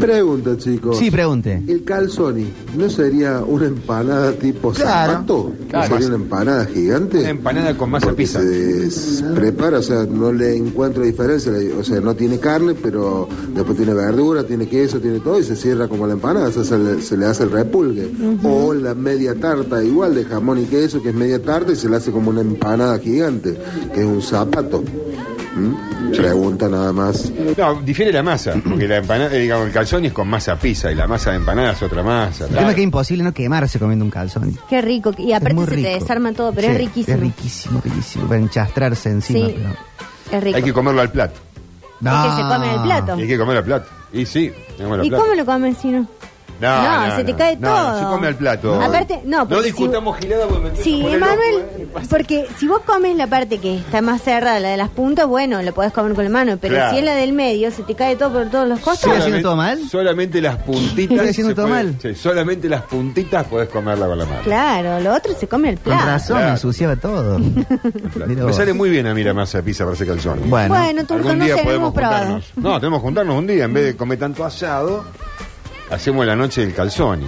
Pregunta, chicos.
Sí, pregunte.
El calzoni, ¿no sería una empanada tipo
Claro.
zapato? ¿No
Claro.
sería una empanada gigante? Una
empanada con masa
pizza. Se prepara, o sea, no le encuentro diferencia. le- O sea, no tiene carne, pero después tiene verdura, tiene queso, tiene todo y se cierra como la empanada. O sea, se le, se le hace el repulgue. O la media tarta, igual de jamón y queso, que es media tarta y se le hace como una empanada gigante, que es un zapato. ¿Mm? Pregunta nada más.
No, difiere la masa, porque la empanada, eh, digamos, el calzón es con masa pizza y la masa de empanada es otra masa.
El tema es que es imposible no quemarse comiendo un calzón.
Qué rico. Y
muy
aparte se te
rico.
desarma todo, pero
Sí,
es riquísimo.
Es riquísimo, riquísimo. Para enchastrarse encima.
Sí,
pero-
es rico.
Hay que comerlo al plato.
No.
Es que se come al plato.
Hay que comer al plato. Y sí, comer al
¿Y
plato.
cómo lo comen si no?
No,
No,
no,
se te
no.
cae
No,
todo.
se come al plato.
Aparte, no,
No
porque
discutamos
si,
gilada porque me estoy
Sí,
poniendo eh?
Emanuel, porque si vos comes la parte que está más cerrada, la de las puntas, bueno, lo podés comer con la mano, pero
Claro.
si es la del medio, se te cae todo por todos los costados.
mal? Solamente las puntitas.
¿Estoy haciendo
se
todo
puede-
mal?
sí, solamente las puntitas podés comerla con la mano.
Claro, lo otro se come el
Con
plato.
razón,
Claro.
ensuciaba todo. Mira
Me
vos.
sale muy bien a mí la masa de pizza para hacer calzón.
Bueno.
Bueno, Turco,
Algún
no
día
sé, no
podemos
hemos probado.
juntarnos. No, tenemos que juntarnos un día. En vez de comer tanto asado, hacemos la noche del calzón.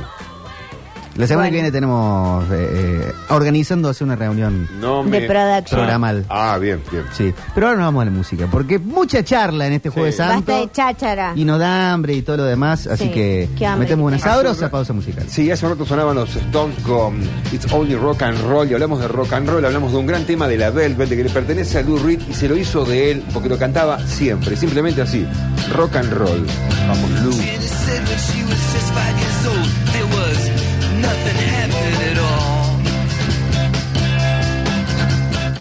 La semana que viene tenemos eh, eh, organizándose una reunión.
No me-
Programal.
Ah, bien, bien.
Sí. Pero ahora nos vamos a la música, porque mucha charla en este jueves
Basta
santo
de cháchara.
y nos da hambre y todo lo demás, así
Sí,
que
qué hambre
metemos
que
una
tengo.
sabrosa pausa musical.
Sí, hace un rato sonaban los Stones con It's Only Rock and Roll y hablamos de rock and roll, hablamos de un gran tema de la Velvet que le pertenece a Lou Reed y se lo hizo de él porque lo cantaba siempre, simplemente así, rock and roll. Vamos, Lou.
Jenny said when she was just five years old, there was nothing happening at all.